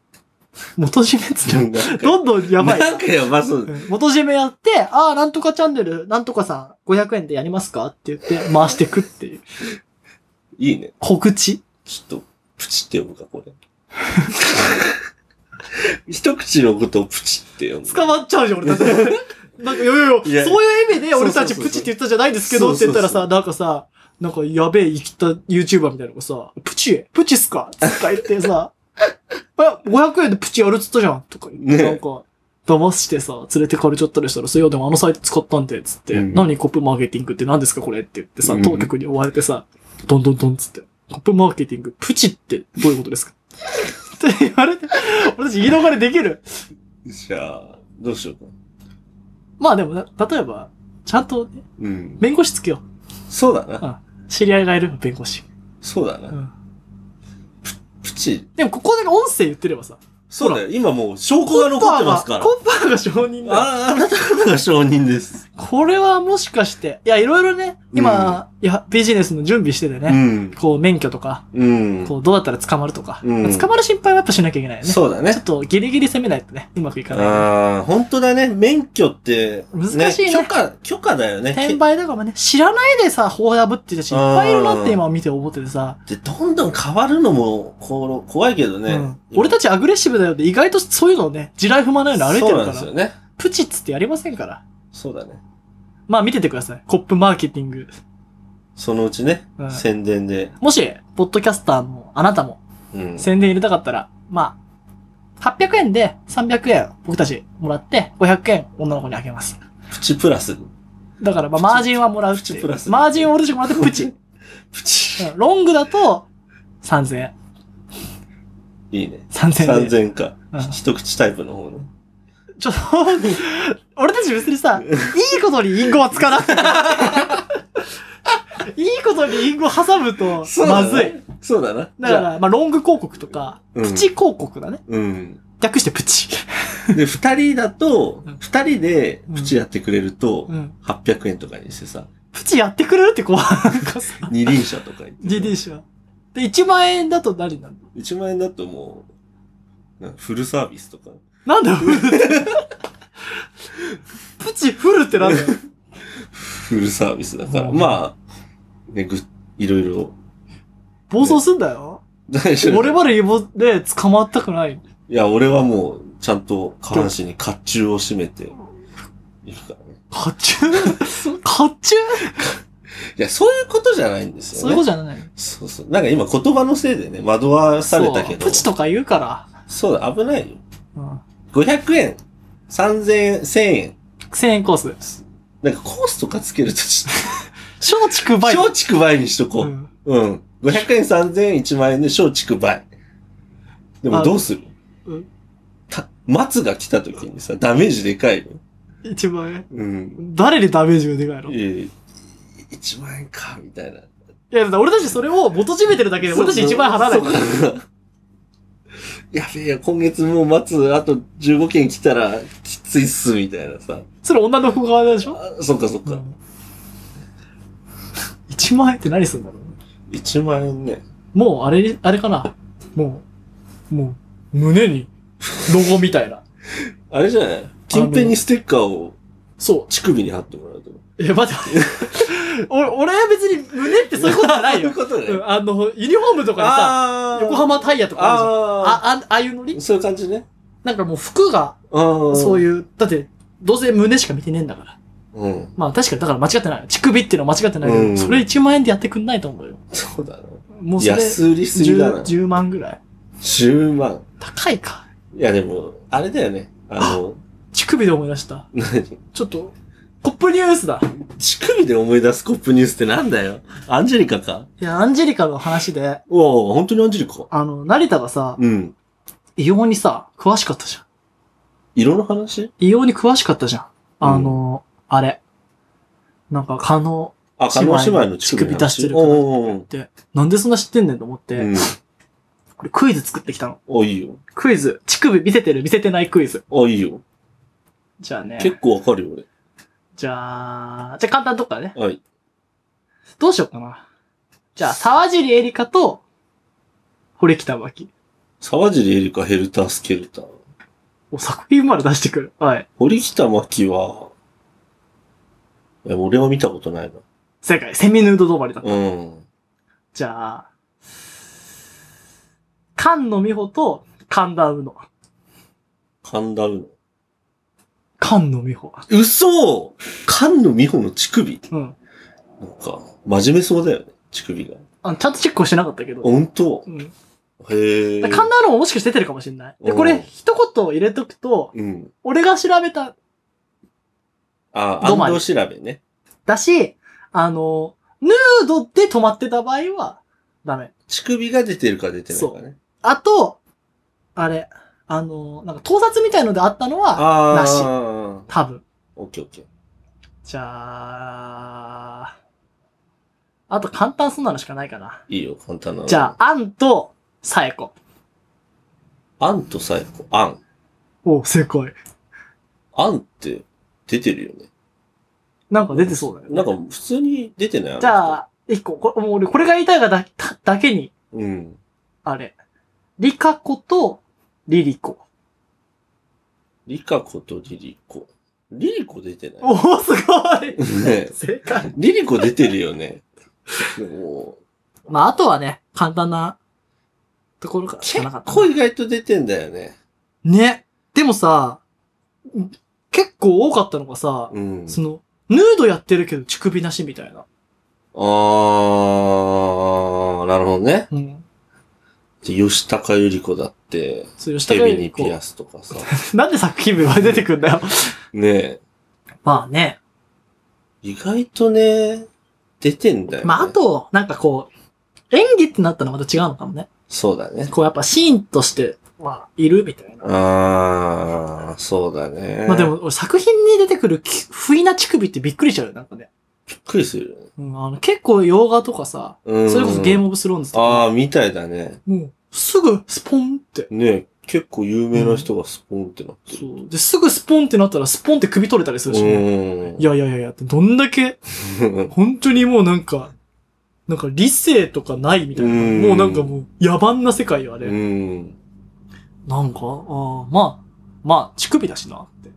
Speaker 3: 元締めっつって、
Speaker 2: ど
Speaker 3: どんどんやばい。
Speaker 2: なんかやばそうだ
Speaker 3: うん元締めやって、ああ、なんとかチャンネル、なんとかさん、500円でやりますかって言って回してくっていう。
Speaker 2: いいね。
Speaker 3: 告知
Speaker 2: ちょっと、プチって呼ぶか、 これ。一口のことをプチって呼ぶ。
Speaker 3: 捕まっちゃうじゃん、俺 たち。なんか、よよ
Speaker 2: い
Speaker 3: よ、
Speaker 2: や
Speaker 3: そういう意味で
Speaker 2: そうそう
Speaker 3: 俺
Speaker 2: そう
Speaker 3: たちプチって言ったじゃないですけどって言ったら
Speaker 2: そうそ
Speaker 3: さ、なんかさ、なんかやべえ生きた YouTuber みたいなのがさ、プチプチっすかとか言ってさ、 え、500円でプチやるっつったじゃんとか言って、
Speaker 2: ねえ
Speaker 3: なんか、騙してさ、連れてかれちゃったりしたら、そういやでもあのサイト使ったんで、つって、
Speaker 2: うん
Speaker 3: 何コップマーケティングって何ですかこれって言ってさ
Speaker 2: う、ん
Speaker 3: 当局に追われてさ、どんどんどんっつって、コップマーケティング、プチってどういうことですかって言われて、俺たち言い逃れできる
Speaker 2: じゃあ、どうしようか。
Speaker 3: まあでもな、例えば、ちゃんとね、
Speaker 2: うん。
Speaker 3: 弁護士つけよ
Speaker 2: そうだな。
Speaker 3: う。知り合いがいる弁護士。
Speaker 2: そうだ
Speaker 3: う
Speaker 2: な。
Speaker 3: ん。
Speaker 2: プチ。
Speaker 3: でも、ここで音声言ってればさ、
Speaker 2: そうだよ。今もう証拠が残ってますから。
Speaker 3: コッパーがコッパーが承認だよ。
Speaker 2: ああなた方が承認です。
Speaker 3: これはもしかして、いや、いろいろね、今、いや、ビジネスの準備してて
Speaker 2: う
Speaker 3: ね、
Speaker 2: ん。
Speaker 3: こう、免許とか、
Speaker 2: うん。
Speaker 3: こう、どうだったら捕まるとか、
Speaker 2: うん
Speaker 3: 捕まる心配はやっぱしなきゃいけないよね。
Speaker 2: そうだ
Speaker 3: ちょ
Speaker 2: ね
Speaker 3: っ。とギリギリ攻めないとね、うまくいかないよね。
Speaker 2: ああ、本当だね。免許って、
Speaker 3: 難しいね
Speaker 2: 許可、許可だよね。
Speaker 3: 転売とかもね、知らないでさ、法破ってる人いっぱいいるなって今見て思っててさ、
Speaker 2: で、どんどん変わるのも、こう、怖いけどね。
Speaker 3: うん、俺た
Speaker 2: ち
Speaker 3: ちアグレッシブだよって意外とそういうのをね、地雷踏まないように歩いて
Speaker 2: そう
Speaker 3: る
Speaker 2: なん
Speaker 3: か
Speaker 2: ですよ
Speaker 3: ら、
Speaker 2: ね。
Speaker 3: プチッつってやりませんから。
Speaker 2: そうだね。
Speaker 3: まあ見ててください。コップマーケティング。
Speaker 2: そのうちね、
Speaker 3: うん
Speaker 2: 宣伝で。
Speaker 3: もし、ポッドキャスターも、あなたも、
Speaker 2: うん。
Speaker 3: 宣伝入れたかったら、まあ、800円で300円僕たちもらって、500円女の子にあげます。
Speaker 2: プチプラス。
Speaker 3: だから、まあ、マージンはもらうってい
Speaker 2: プチ
Speaker 3: う
Speaker 2: プラス
Speaker 3: マージンを俺たちもらってプチ。
Speaker 2: プチ。
Speaker 3: うんロングだと、3000円。
Speaker 2: いいね。
Speaker 3: 3000円で。
Speaker 2: 3000か
Speaker 3: うん。
Speaker 2: 一口タイプの方ね。
Speaker 3: ちょっと、俺たち別にさ、いいことにインゴはつかな くて。いいことにインゴ挟むと、まずい。。
Speaker 2: そうだな。
Speaker 3: だから、まあ、ロング広告とか、
Speaker 2: うん
Speaker 3: プチ広告だね。
Speaker 2: うん。
Speaker 3: 略してプ チ。
Speaker 2: で、二人だと
Speaker 3: うん、
Speaker 2: 二人でプチやってくれると
Speaker 3: う、ん。
Speaker 2: 800円とかにしてさ、
Speaker 3: プチやってくれるってこう、なんかさ、
Speaker 2: 二輪車とか行って
Speaker 3: DD 社。で、1万円だと何なの
Speaker 2: 1万円だともう、なんかフルサービスとか。
Speaker 3: なんだよ、フ ルって。プチフルってなんだよ。
Speaker 2: フルサービスだから。
Speaker 3: うん
Speaker 2: まあ、ね、ぐ、いろいろ。
Speaker 3: 暴走すんだよ。
Speaker 2: 大丈夫
Speaker 3: 俺まで予防で捕まったくない。
Speaker 2: いや、俺はもう、ちゃんと下半身に甲冑を締めて、いるからね。
Speaker 3: 甲冑甲冑
Speaker 2: いや、そういうことじゃないんですよね。
Speaker 3: そういうことじゃない。
Speaker 2: そうそう。なんか今言葉のせいでね、惑わされたけど。
Speaker 3: そうプチとか言うから。
Speaker 2: そうだ、危ないよ。
Speaker 3: うん。
Speaker 2: 500円、3000円、1000円。
Speaker 3: 1000円コース。
Speaker 2: なんかコースとかつけるとち
Speaker 3: 松竹
Speaker 2: ょっ
Speaker 3: 梅。
Speaker 2: と、松竹梅にしとこ
Speaker 3: う
Speaker 2: う。
Speaker 3: ん
Speaker 2: うん。500円、3000円、1万円で松竹梅。でもどうする
Speaker 3: うん
Speaker 2: た松が来た時にさ、ダメージでかいよ。
Speaker 3: 1万円。
Speaker 2: うん。
Speaker 3: 誰にダメージがでかいのい
Speaker 2: え1万円か、みたいな。
Speaker 3: や、だって俺たちそれを元締めてるだけで俺たち1万円払わないから。
Speaker 2: そうかやべえよ、今月もう待つ、あと15件来たら、きついっす、みたいなさ。
Speaker 3: それ女の子側でしょ
Speaker 2: あそっかそっか。
Speaker 3: 1万円って何するんだろう
Speaker 2: 1万円ね。
Speaker 3: もうあれ、あれかなもう、もう、胸に、ロゴみたいな。
Speaker 2: あれじゃない近辺にステッカーを
Speaker 3: そ
Speaker 2: 乳首に貼ってもらうと。
Speaker 3: う。え、待って待って。俺、俺は別に胸ってそういうことじゃない
Speaker 2: そうい
Speaker 3: よ
Speaker 2: う。ことね。
Speaker 3: うんあの、ユニフォームとかで
Speaker 2: あ
Speaker 3: さ、
Speaker 2: ー
Speaker 3: 横浜タイヤとかあるじゃん。
Speaker 2: あ
Speaker 3: あ、あ、ああいうノ
Speaker 2: ー
Speaker 3: リ
Speaker 2: そういう感じね。
Speaker 3: なんかもう服が、
Speaker 2: そ
Speaker 3: そう
Speaker 2: いう。
Speaker 3: いう、だって、どうせ胸しか見てねえんだから。
Speaker 2: うん。
Speaker 3: まあ確かに、だから間違ってない。乳首っていうのは間違ってないけど、
Speaker 2: うん
Speaker 3: それ1万円でやってくんないと思うよ。
Speaker 2: そうだな。
Speaker 3: もうそれ、
Speaker 2: 安売りすぎだな。
Speaker 3: 10万ぐらい。
Speaker 2: 10万。
Speaker 3: 高いか。
Speaker 2: いやでも、あれだよね。あの、
Speaker 3: 乳首で思い出した。
Speaker 2: 何
Speaker 3: ちょっと、コップニュースだ。
Speaker 2: 乳首で思い出すコップニュースってなんだよ。アンジェリカか
Speaker 3: いや、アンジェリカの話で、
Speaker 2: おお、本当にアンジェリカ
Speaker 3: あの、成田がさ、
Speaker 2: うん。
Speaker 3: 異様にさ、詳しかったじゃん。
Speaker 2: 色の話
Speaker 3: 異様に詳しかったじゃん。あの、あれ。なんか、可能
Speaker 2: あ、カノ姉妹の乳首の
Speaker 3: 乳首出してるから
Speaker 2: おおお
Speaker 3: って、なんでそんな知ってんねんと思って、
Speaker 2: ーうん。
Speaker 3: これクイズ作ってきたの。
Speaker 2: お、いいよ。
Speaker 3: クイズ。乳首見せてる見せてないクイズ。
Speaker 2: お、いいよ。
Speaker 3: じゃあね。
Speaker 2: 結構わかるよ、
Speaker 3: じゃあ、じゃあ簡単なとこからね。
Speaker 2: 俺。はい。
Speaker 3: どうしようかな。じゃあ、沢尻エリカと、堀北真希。
Speaker 2: 沢尻エリカ、ヘルター、スケルター。
Speaker 3: お、作品まで出してくる。はい。
Speaker 2: 堀北真希は、いや、俺は見たことないな。
Speaker 3: 正解。セミヌード止まりだ。
Speaker 2: うん。
Speaker 3: じゃあ、菅野美穂と神田うの。
Speaker 2: 神田うの。
Speaker 3: 菅野美穂。
Speaker 2: 嘘菅野美穂の乳首
Speaker 3: うん。
Speaker 2: なんか、真面目そうだよね、乳首が。
Speaker 3: あのちゃんとチェックをしてなかったけど。
Speaker 2: 本当
Speaker 3: うん。
Speaker 2: へえ。
Speaker 3: 神田うのももしかして出てるかもしれない。で、
Speaker 2: おう
Speaker 3: これ一言入れとくと、
Speaker 2: うん。
Speaker 3: 俺が調べた、
Speaker 2: あ、
Speaker 3: どまり
Speaker 2: 安藤調べね。
Speaker 3: だし、あの、ヌードで止まってた場合は、ダメ。
Speaker 2: 乳首が出てるか出てないかね。
Speaker 3: あと、あれ、あの、なんか盗撮みたいのであったのは、
Speaker 2: ああ。
Speaker 3: なし
Speaker 2: オ
Speaker 3: 多分。
Speaker 2: ッケーオッケー。
Speaker 3: じゃあ、あと簡単そうなのしかないかな。
Speaker 2: いいよ、簡単なの。
Speaker 3: じゃあ、アンと、サエコ。
Speaker 2: あ。アンとサイコ、アン。
Speaker 3: お、正解。
Speaker 2: アンって出てるよね。
Speaker 3: なんか出てそうだよ、ね。
Speaker 2: なんか、普通に出てない
Speaker 3: じゃ
Speaker 2: あ
Speaker 3: あ、一個、これ、もう俺、これが言いたいがだだだけに、
Speaker 2: の人。うん。
Speaker 3: あれ。リカコとリリコ。
Speaker 2: リカコとリリコ。リリコ出てない
Speaker 3: おお、すごい
Speaker 2: ね
Speaker 3: 正解。
Speaker 2: リリコ出てるよね。も
Speaker 3: まあ、あとはね、簡単なところか
Speaker 2: う、
Speaker 3: し
Speaker 2: 結
Speaker 3: かなかったな。
Speaker 2: 構意外と出てんだよね。
Speaker 3: ね。でもさ、ん結構多かったのがさ、
Speaker 2: うん。
Speaker 3: その、ヌードやってるけど乳首なしみたいな。
Speaker 2: あー、なるほどね。
Speaker 3: うん。
Speaker 2: で吉高由里子だって、
Speaker 3: そう、吉
Speaker 2: 手
Speaker 3: 高由
Speaker 2: ビに
Speaker 3: 里
Speaker 2: ピア
Speaker 3: 子。
Speaker 2: スとかさ。
Speaker 3: なんで作品名が出てくんだ よ。
Speaker 2: ねえ。
Speaker 3: まあね。
Speaker 2: 意外とね、出てんだよ、ね。
Speaker 3: まあ、あ。と、なんかこう、演技ってなったらまた違うのかもね。
Speaker 2: そうだね。
Speaker 3: こう、やっぱシーンとして、まあ、いるみたいな。
Speaker 2: あー、そうだね。
Speaker 3: まあで。も、俺作品に出てくるき不意な乳首ってびっくりしちゃうよ、なんかね。
Speaker 2: びっくりするよね。
Speaker 3: うん、あの結構洋画とかさ、
Speaker 2: うん。
Speaker 3: それこそゲー
Speaker 2: ム。
Speaker 3: ムオブスローンズと
Speaker 2: あ
Speaker 3: か、
Speaker 2: ー、みたいだね。
Speaker 3: もう、すぐスポンって。
Speaker 2: ねえ、結構有名な人がスポンってなってる。
Speaker 3: そう。で、すぐスポンってなったら、スポンって首取れたりするしね。
Speaker 2: うん。
Speaker 3: いやいやいやいや、どんだけ、本当にもうなんか、なんか理性とかないみたいな。
Speaker 2: うん
Speaker 3: もうなんかもう、野蛮な世界よ、あ れ。
Speaker 2: うん。
Speaker 3: なんか、ああ、まあ、まあ、乳首だしな、って、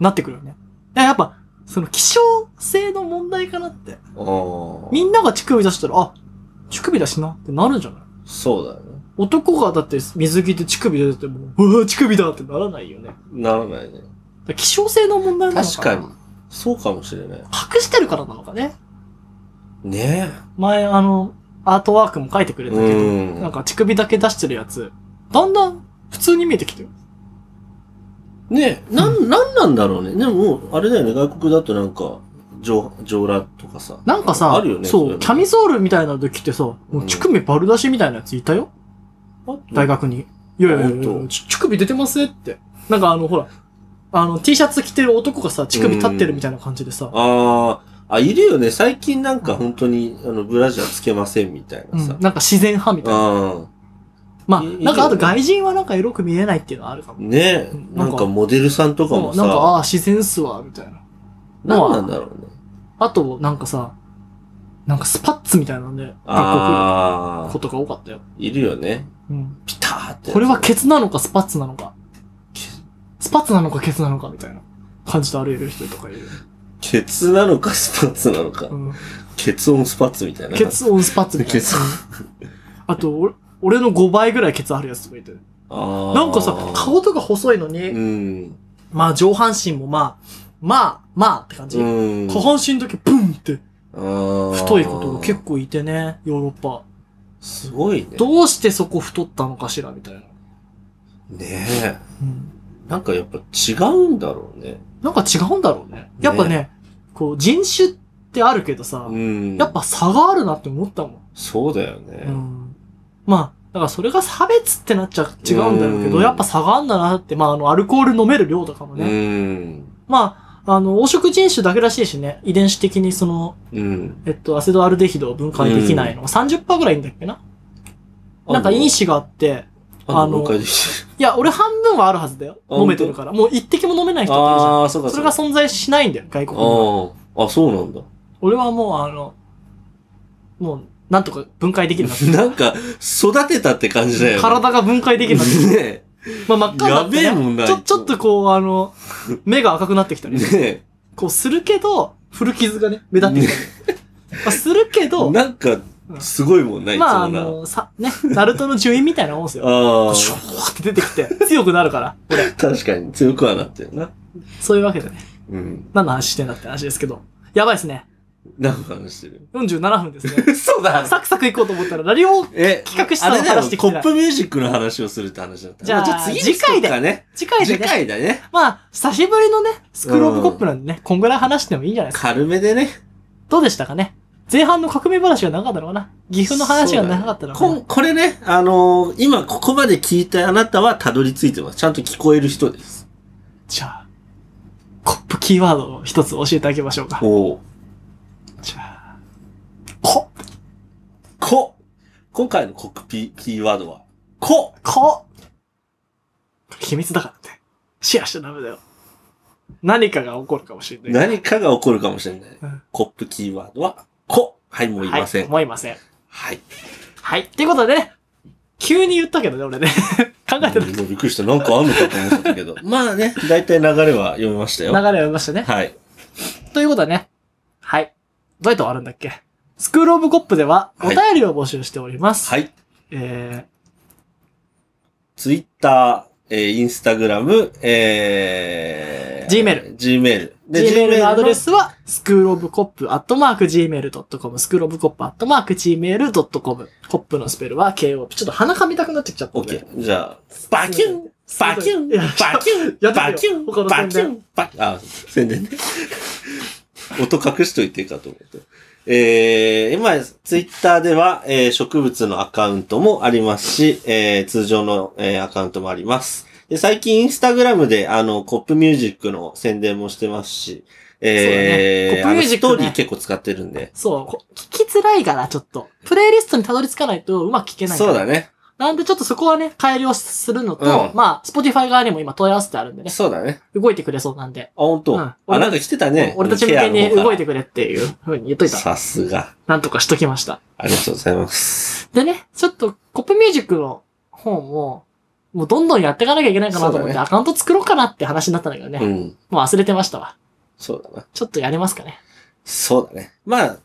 Speaker 3: なってくるよね。いややっぱ、その、希少性の問題かなって。
Speaker 2: ああ。
Speaker 3: みんなが乳首出したら、あ、乳首だしな、ってなるんじゃない
Speaker 2: そうだね。
Speaker 3: 男がだって水着で乳首出てても、うわ、乳首だってならないよね。だか
Speaker 2: ならないね。
Speaker 3: ら希少性の問題なの
Speaker 2: 確
Speaker 3: かな
Speaker 2: かに。。そうかもしれない。
Speaker 3: 隠してるからなのかね。
Speaker 2: ね
Speaker 3: 前、あの、アートワークも書いてく
Speaker 2: え。
Speaker 3: れたけど、
Speaker 2: うん。
Speaker 3: なんか乳首だけ出してるやつ、だんだん普通に見えてきてる。
Speaker 2: ねえ、なん、なんなんだろうね。でも、あれだよね、外国だとなんか、上、上ラとかさ。
Speaker 3: なんかさ、
Speaker 2: あるよね
Speaker 3: そ
Speaker 2: れ
Speaker 3: う、
Speaker 2: も
Speaker 3: キャミソールみたいな時ってさ、もう乳首丸出しみたいなやついたよ、大学に。いやいやいや
Speaker 2: ほんと
Speaker 3: ち乳首出てますねって。なんかあの、ほら、あの、T シャツ着てる男がさ、乳首立ってるみたいな感じでさ、
Speaker 2: ああ、あ、いるよね。最近なんか本当に、あの、ブラジャーつけませんみたいな
Speaker 3: うん
Speaker 2: さ。
Speaker 3: なんか自然派みたいな。
Speaker 2: ああ。
Speaker 3: まあ、
Speaker 2: いい
Speaker 3: なんかあ
Speaker 2: い
Speaker 3: と
Speaker 2: いよね
Speaker 3: 外人はなんかエロく見えないっていうのはあるかも。
Speaker 2: ねえ
Speaker 3: うん、
Speaker 2: な
Speaker 3: な
Speaker 2: んん
Speaker 3: か
Speaker 2: かモデルさんとか
Speaker 3: そ
Speaker 2: も
Speaker 3: うなんか、
Speaker 2: さ、
Speaker 3: ああ、自然っすわ、みたいな。
Speaker 2: なんなんだろうね。
Speaker 3: あと、なんかさ、なんかスパッツみたいなんで、学校来
Speaker 2: ああ
Speaker 3: るこ、とが多かったよ。
Speaker 2: いるよね。
Speaker 3: うん。
Speaker 2: ピターって。
Speaker 3: これはケツなのかスパッツなのか。スパッツなのかケツなのかみたいな感じで歩いてる人とかいる。
Speaker 2: ケツなのかスパッツなのか
Speaker 3: う。ん。
Speaker 2: ケツオンスパッツみたいな。
Speaker 3: ケツオンスパッツみたい
Speaker 2: ケ
Speaker 3: な。
Speaker 2: ツ
Speaker 3: うんあと、俺俺の5倍ぐらいケツあるやつとかいて。
Speaker 2: ああ。
Speaker 3: なんかさ、顔とか細いのに、
Speaker 2: うん。
Speaker 3: まあ上半身もまあ、まあ、まあって感じ。
Speaker 2: うん。
Speaker 3: 下半身だけブンって
Speaker 2: 太
Speaker 3: 太いことが結構いてね、ヨーロッパ。
Speaker 2: すごいね。
Speaker 3: どうしてそこ太ったのかしらみたいな。
Speaker 2: ねえ。
Speaker 3: うん。
Speaker 2: なんかやっぱ違うんだろうね。
Speaker 3: なんか違うんだろうね。やっぱね、こう人種ってあるけどさ、
Speaker 2: うん。
Speaker 3: やっぱ差があるなって思ったもん。
Speaker 2: そうだよ
Speaker 3: う
Speaker 2: ね。
Speaker 3: ん。まあ、だからそれが差別ってなっちゃ違うんだろうけど、
Speaker 2: うん
Speaker 3: やっぱ差があんだなって、まああの、アルコール飲める量とかも
Speaker 2: う
Speaker 3: ね。
Speaker 2: ん。
Speaker 3: まあ、あの、黄色人種だけらしいしね、遺伝子的にその、
Speaker 2: うん。
Speaker 3: えっと、アセドアルデヒドを分解できないのが30%ぐらいいんだっけな。なんか因
Speaker 2: 子、
Speaker 3: 子があって、あ
Speaker 2: あ
Speaker 3: の
Speaker 2: の、
Speaker 3: いや、俺半分はあるはずだよ。
Speaker 2: あ
Speaker 3: 飲めてるから。もう一滴も飲め ない人っているじゃん。
Speaker 2: ああ、そうか。
Speaker 3: それが
Speaker 2: そう
Speaker 3: 存在しないんだよ、外国には。
Speaker 2: かああ。あ、そう なんだ。
Speaker 3: 俺はもう、あの、もう、なんとか分解できるなって。
Speaker 2: なんか、育てたって感じだよね。
Speaker 3: 体が分解できるなって。
Speaker 2: ね
Speaker 3: まあ、真っ赤になって、ね。
Speaker 2: やべえもんな
Speaker 3: ちょ、ちょっとこう、あの、目が赤くなってきた
Speaker 2: え。
Speaker 3: り、
Speaker 2: ね
Speaker 3: こうするけど、古傷がね、目立ってきたり。まあ、するけ
Speaker 2: え。
Speaker 3: ど、
Speaker 2: なんか、すごいもんないつも
Speaker 3: まあ、あ
Speaker 2: な。
Speaker 3: の、さ、ね、ナルトの順位みたいなもんですよ。
Speaker 2: ああ。
Speaker 3: シュワーって出てきて、強くなるから。
Speaker 2: 確かに強くはなってるな。
Speaker 3: そういうわけでね。
Speaker 2: うん。
Speaker 3: 何の話してんだって話ですけど。やばいですね。
Speaker 2: なんか話して る。
Speaker 3: 47分 ですね。
Speaker 2: 嘘だ
Speaker 3: サクサクいこうと思ったら、ラリオ、
Speaker 2: え、
Speaker 3: 企画したの
Speaker 2: あれだよ
Speaker 3: 話してき
Speaker 2: コ
Speaker 3: てない
Speaker 2: ップミュージックの話をするって話だった。
Speaker 3: じゃあ
Speaker 2: ま
Speaker 3: 次回で
Speaker 2: 次回ね。
Speaker 3: 次回で
Speaker 2: 次
Speaker 3: ね、
Speaker 2: 回だね。
Speaker 3: まあ、久しぶりのね、スクロールオブコップなんでね、こんぐらい話してもいいんじゃないですか。
Speaker 2: 軽めでね。
Speaker 3: どうでしたかね前半の革命話が長かったのかな岐阜の話が長かったのか
Speaker 2: こ
Speaker 3: なん
Speaker 2: これね、あのー今ここまで聞いたあなたはたどり着いてます。ちゃんと聞こえる人です。
Speaker 3: じゃあ、コップキーワードを一つ教えてあげましょうか。
Speaker 2: おう
Speaker 3: じゃあ、こ、
Speaker 2: こ今回のコッピキーワードは、こ
Speaker 3: こ秘密だからって。シェアしちゃダメだよ。何かが起こるかもしれない。
Speaker 2: 何かが起こるかもしれな
Speaker 3: うん
Speaker 2: い。コップキーワードは、こ。はい、もう言いませ
Speaker 3: は
Speaker 2: ん
Speaker 3: い、。もういません。
Speaker 2: はい。
Speaker 3: はい。っていうことでね、急に言ったけどね、俺ね。 考えて
Speaker 2: もうびっくりした。なんかあんのかと思ってたけど。 まあね、だいたい流れは読みました
Speaker 3: 流
Speaker 2: よ。
Speaker 3: れを読みましたね。
Speaker 2: はい。
Speaker 3: ということはね、はい。どうやって終わるんだっけスクールオブコップではお
Speaker 2: は
Speaker 3: 便
Speaker 2: い
Speaker 3: りを募集しております。
Speaker 2: はい。
Speaker 3: え
Speaker 2: ツイッター、えー、インスタグラム、えー、
Speaker 3: Gmail。
Speaker 2: Gmail。
Speaker 3: ー、Gmail のアドレ。スは、スクールオブコップアットマーク Gmail.com、スクールオブコップアットマーク Gmail.com。コップのスペルは KOP。ちょっと鼻噛みたくなってきちゃったん
Speaker 2: OK。じゃあ、バキュンバキュン
Speaker 3: いや
Speaker 2: バキュン
Speaker 3: やってみよう
Speaker 2: バキュン
Speaker 3: 他の
Speaker 2: バ
Speaker 3: 宣
Speaker 2: キュ
Speaker 3: 伝
Speaker 2: ンバキュンあ、宣伝ね。 音隠しといていいかと思って。えー、今、ツイッターでは、えー植物のアカウントもありますし、えー通常の、えーアカウントもあります。で最近、インスタグラムで、あの、コップミュージックの宣伝もしてますし、えー、
Speaker 3: そうだねコップミュージックね
Speaker 2: あのストーリー結構使ってるんで。
Speaker 3: そう、こ聞きづらいから、ちょっと。プレイリストにたどり着かないとうまく聞けないから。
Speaker 2: そうだね。
Speaker 3: なんでちょっとそこはね、改良するのと、
Speaker 2: うん
Speaker 3: まあ、Spotify 側にも今問い合わせてあるんでね、
Speaker 2: そうだね。
Speaker 3: 動いてくれそうなんで、
Speaker 2: あ、本当、
Speaker 3: うん
Speaker 2: あ、なんか来てたね。
Speaker 3: 俺たち向けに動い
Speaker 2: て
Speaker 3: てくれっていうふうに言っといた。
Speaker 2: さすが。
Speaker 3: なんとかしときました。
Speaker 2: ありがとうございます。
Speaker 3: でね、ちょっとコップミュージックの方も、もうどんどんやっていかなきゃいけないかなと思っ
Speaker 2: そう
Speaker 3: て、
Speaker 2: だね
Speaker 3: アカウント作ろうかなって話になったんだけどね、
Speaker 2: うん。
Speaker 3: もう忘れてましたわ。
Speaker 2: そうだな。
Speaker 3: ちょっとやれますかね。
Speaker 2: そうだね。まあ、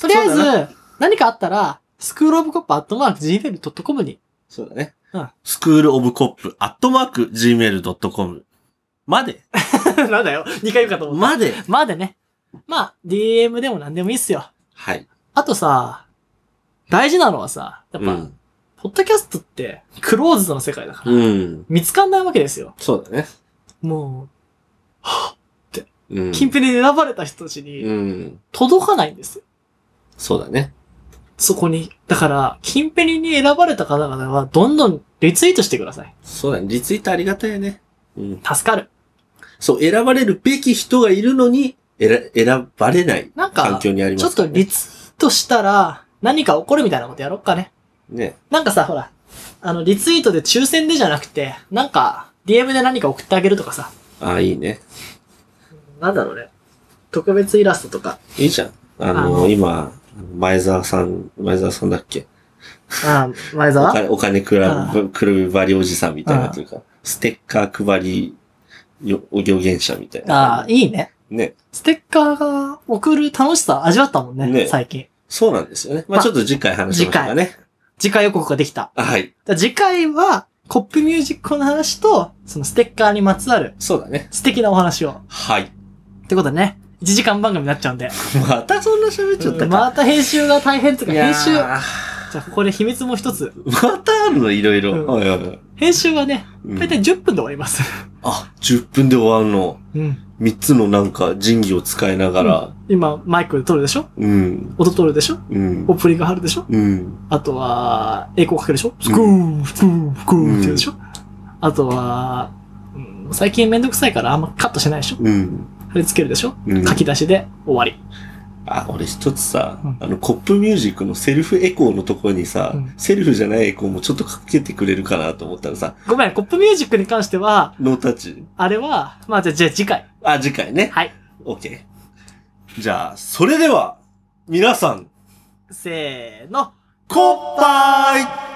Speaker 3: とりあえ
Speaker 2: そうだ
Speaker 3: ず、何かあったら、スクールオブコップアットマーク Gmail.com に、
Speaker 2: そうだね。
Speaker 3: うん
Speaker 2: スクールオブコップアットマーク gmail.com まで、
Speaker 3: なんだよ、2回言うかと思った。
Speaker 2: まで。
Speaker 3: まあでね、まあ、DM でも何でもいいっすよ。
Speaker 2: はい。
Speaker 3: あとさ、大事なのはさ、やっ
Speaker 2: う
Speaker 3: ぱ、
Speaker 2: ん。
Speaker 3: ポッドキャストって、クローズドの世界だから、
Speaker 2: うん。
Speaker 3: 見つかんないわけですよ。
Speaker 2: そうだね。
Speaker 3: も
Speaker 2: うん。
Speaker 3: う、近辺で選ばれた人たちに
Speaker 2: うん。
Speaker 3: 届かないんですよ。
Speaker 2: そうだね。
Speaker 3: そこに。だから、近辺に選ばれた方々は、どんどんリツイートしてください。
Speaker 2: そうだね。リツイートありがたいよね。うん。
Speaker 3: 助かる。
Speaker 2: そう、選ばれるべき人がいるのに、えら選ばれない
Speaker 3: なんか、
Speaker 2: 環
Speaker 3: ち
Speaker 2: 境にありま
Speaker 3: ょっ
Speaker 2: す
Speaker 3: とリツイートしたら、何か起こるみたいなことやろっかね。
Speaker 2: ね。
Speaker 3: なんかさ、ほら、あの、リツイートで抽選でじゃなくて、なんか、DM で何か送ってあげるとかさ、
Speaker 2: ああ、いいね。
Speaker 3: なんだろうね。特別イラストとか。
Speaker 2: いいじゃん。あの、
Speaker 3: あの
Speaker 2: 今、前澤さん、前澤さんだっけ
Speaker 3: ああ、前
Speaker 2: お
Speaker 3: 澤
Speaker 2: 金お金くら
Speaker 3: あ
Speaker 2: く配りおじさんみたいなというか、ステッカー配りよ、お行言者みたいな。
Speaker 3: ああ、いいね。
Speaker 2: ね。
Speaker 3: ステッカーが送る楽しさ味わったもんね、
Speaker 2: ね
Speaker 3: 最近。
Speaker 2: そうなんですよね。ま
Speaker 3: まあ
Speaker 2: あちょっと次回話しましょうかね。
Speaker 3: 次回予告ができた。
Speaker 2: あはい。
Speaker 3: だ次回は、コップミュージックの話と、そのステッカーにまつわる
Speaker 2: そうだね。
Speaker 3: 素敵なお話を。
Speaker 2: はい。
Speaker 3: ってことでね、1時間番組になっちゃうんで。
Speaker 2: またそんな喋っちゃったか。
Speaker 3: また編集が大変っていう
Speaker 2: い
Speaker 3: か、
Speaker 2: や
Speaker 3: 編集。じゃ
Speaker 2: ー
Speaker 3: あ、ここで秘密も一つ。
Speaker 2: またあるの、いろいろ。
Speaker 3: うん
Speaker 2: はいはいはい
Speaker 3: 編集はね、
Speaker 2: うん
Speaker 3: 大体10分で終わります。
Speaker 2: あ、10分で終わるの。
Speaker 3: うん。
Speaker 2: 3つのなんか、仁義を使いながら。
Speaker 3: 今、マイクで撮るでしょ
Speaker 2: うん。
Speaker 3: 音撮るでしょ
Speaker 2: うん
Speaker 3: オ。ープニング貼るでしょ
Speaker 2: うん。
Speaker 3: あとは、英語をかけるでしょスクール、スクール、スクールって言うでしょ、あとは、うん最近めんどくさいからあんまカットしないでしょ
Speaker 2: うん。
Speaker 3: 貼り付けるでしょ
Speaker 2: うん
Speaker 3: 書き出しで終わり。
Speaker 2: あ、俺一つさ、
Speaker 3: うん
Speaker 2: あの、コップミュージックのセルフエコーのところにさ、
Speaker 3: うん
Speaker 2: セルフじゃないエコーもちょっとかけてくれるかなと思ったらさ、
Speaker 3: ごめん、コップミュージックに関しては、
Speaker 2: ノータッチ。
Speaker 3: あれは、まあじゃあじゃあ次回。
Speaker 2: あ、次回ね。
Speaker 3: はい。
Speaker 2: オッケー。じゃあ、それでは、皆さん、
Speaker 3: せーの。
Speaker 2: コッパーイ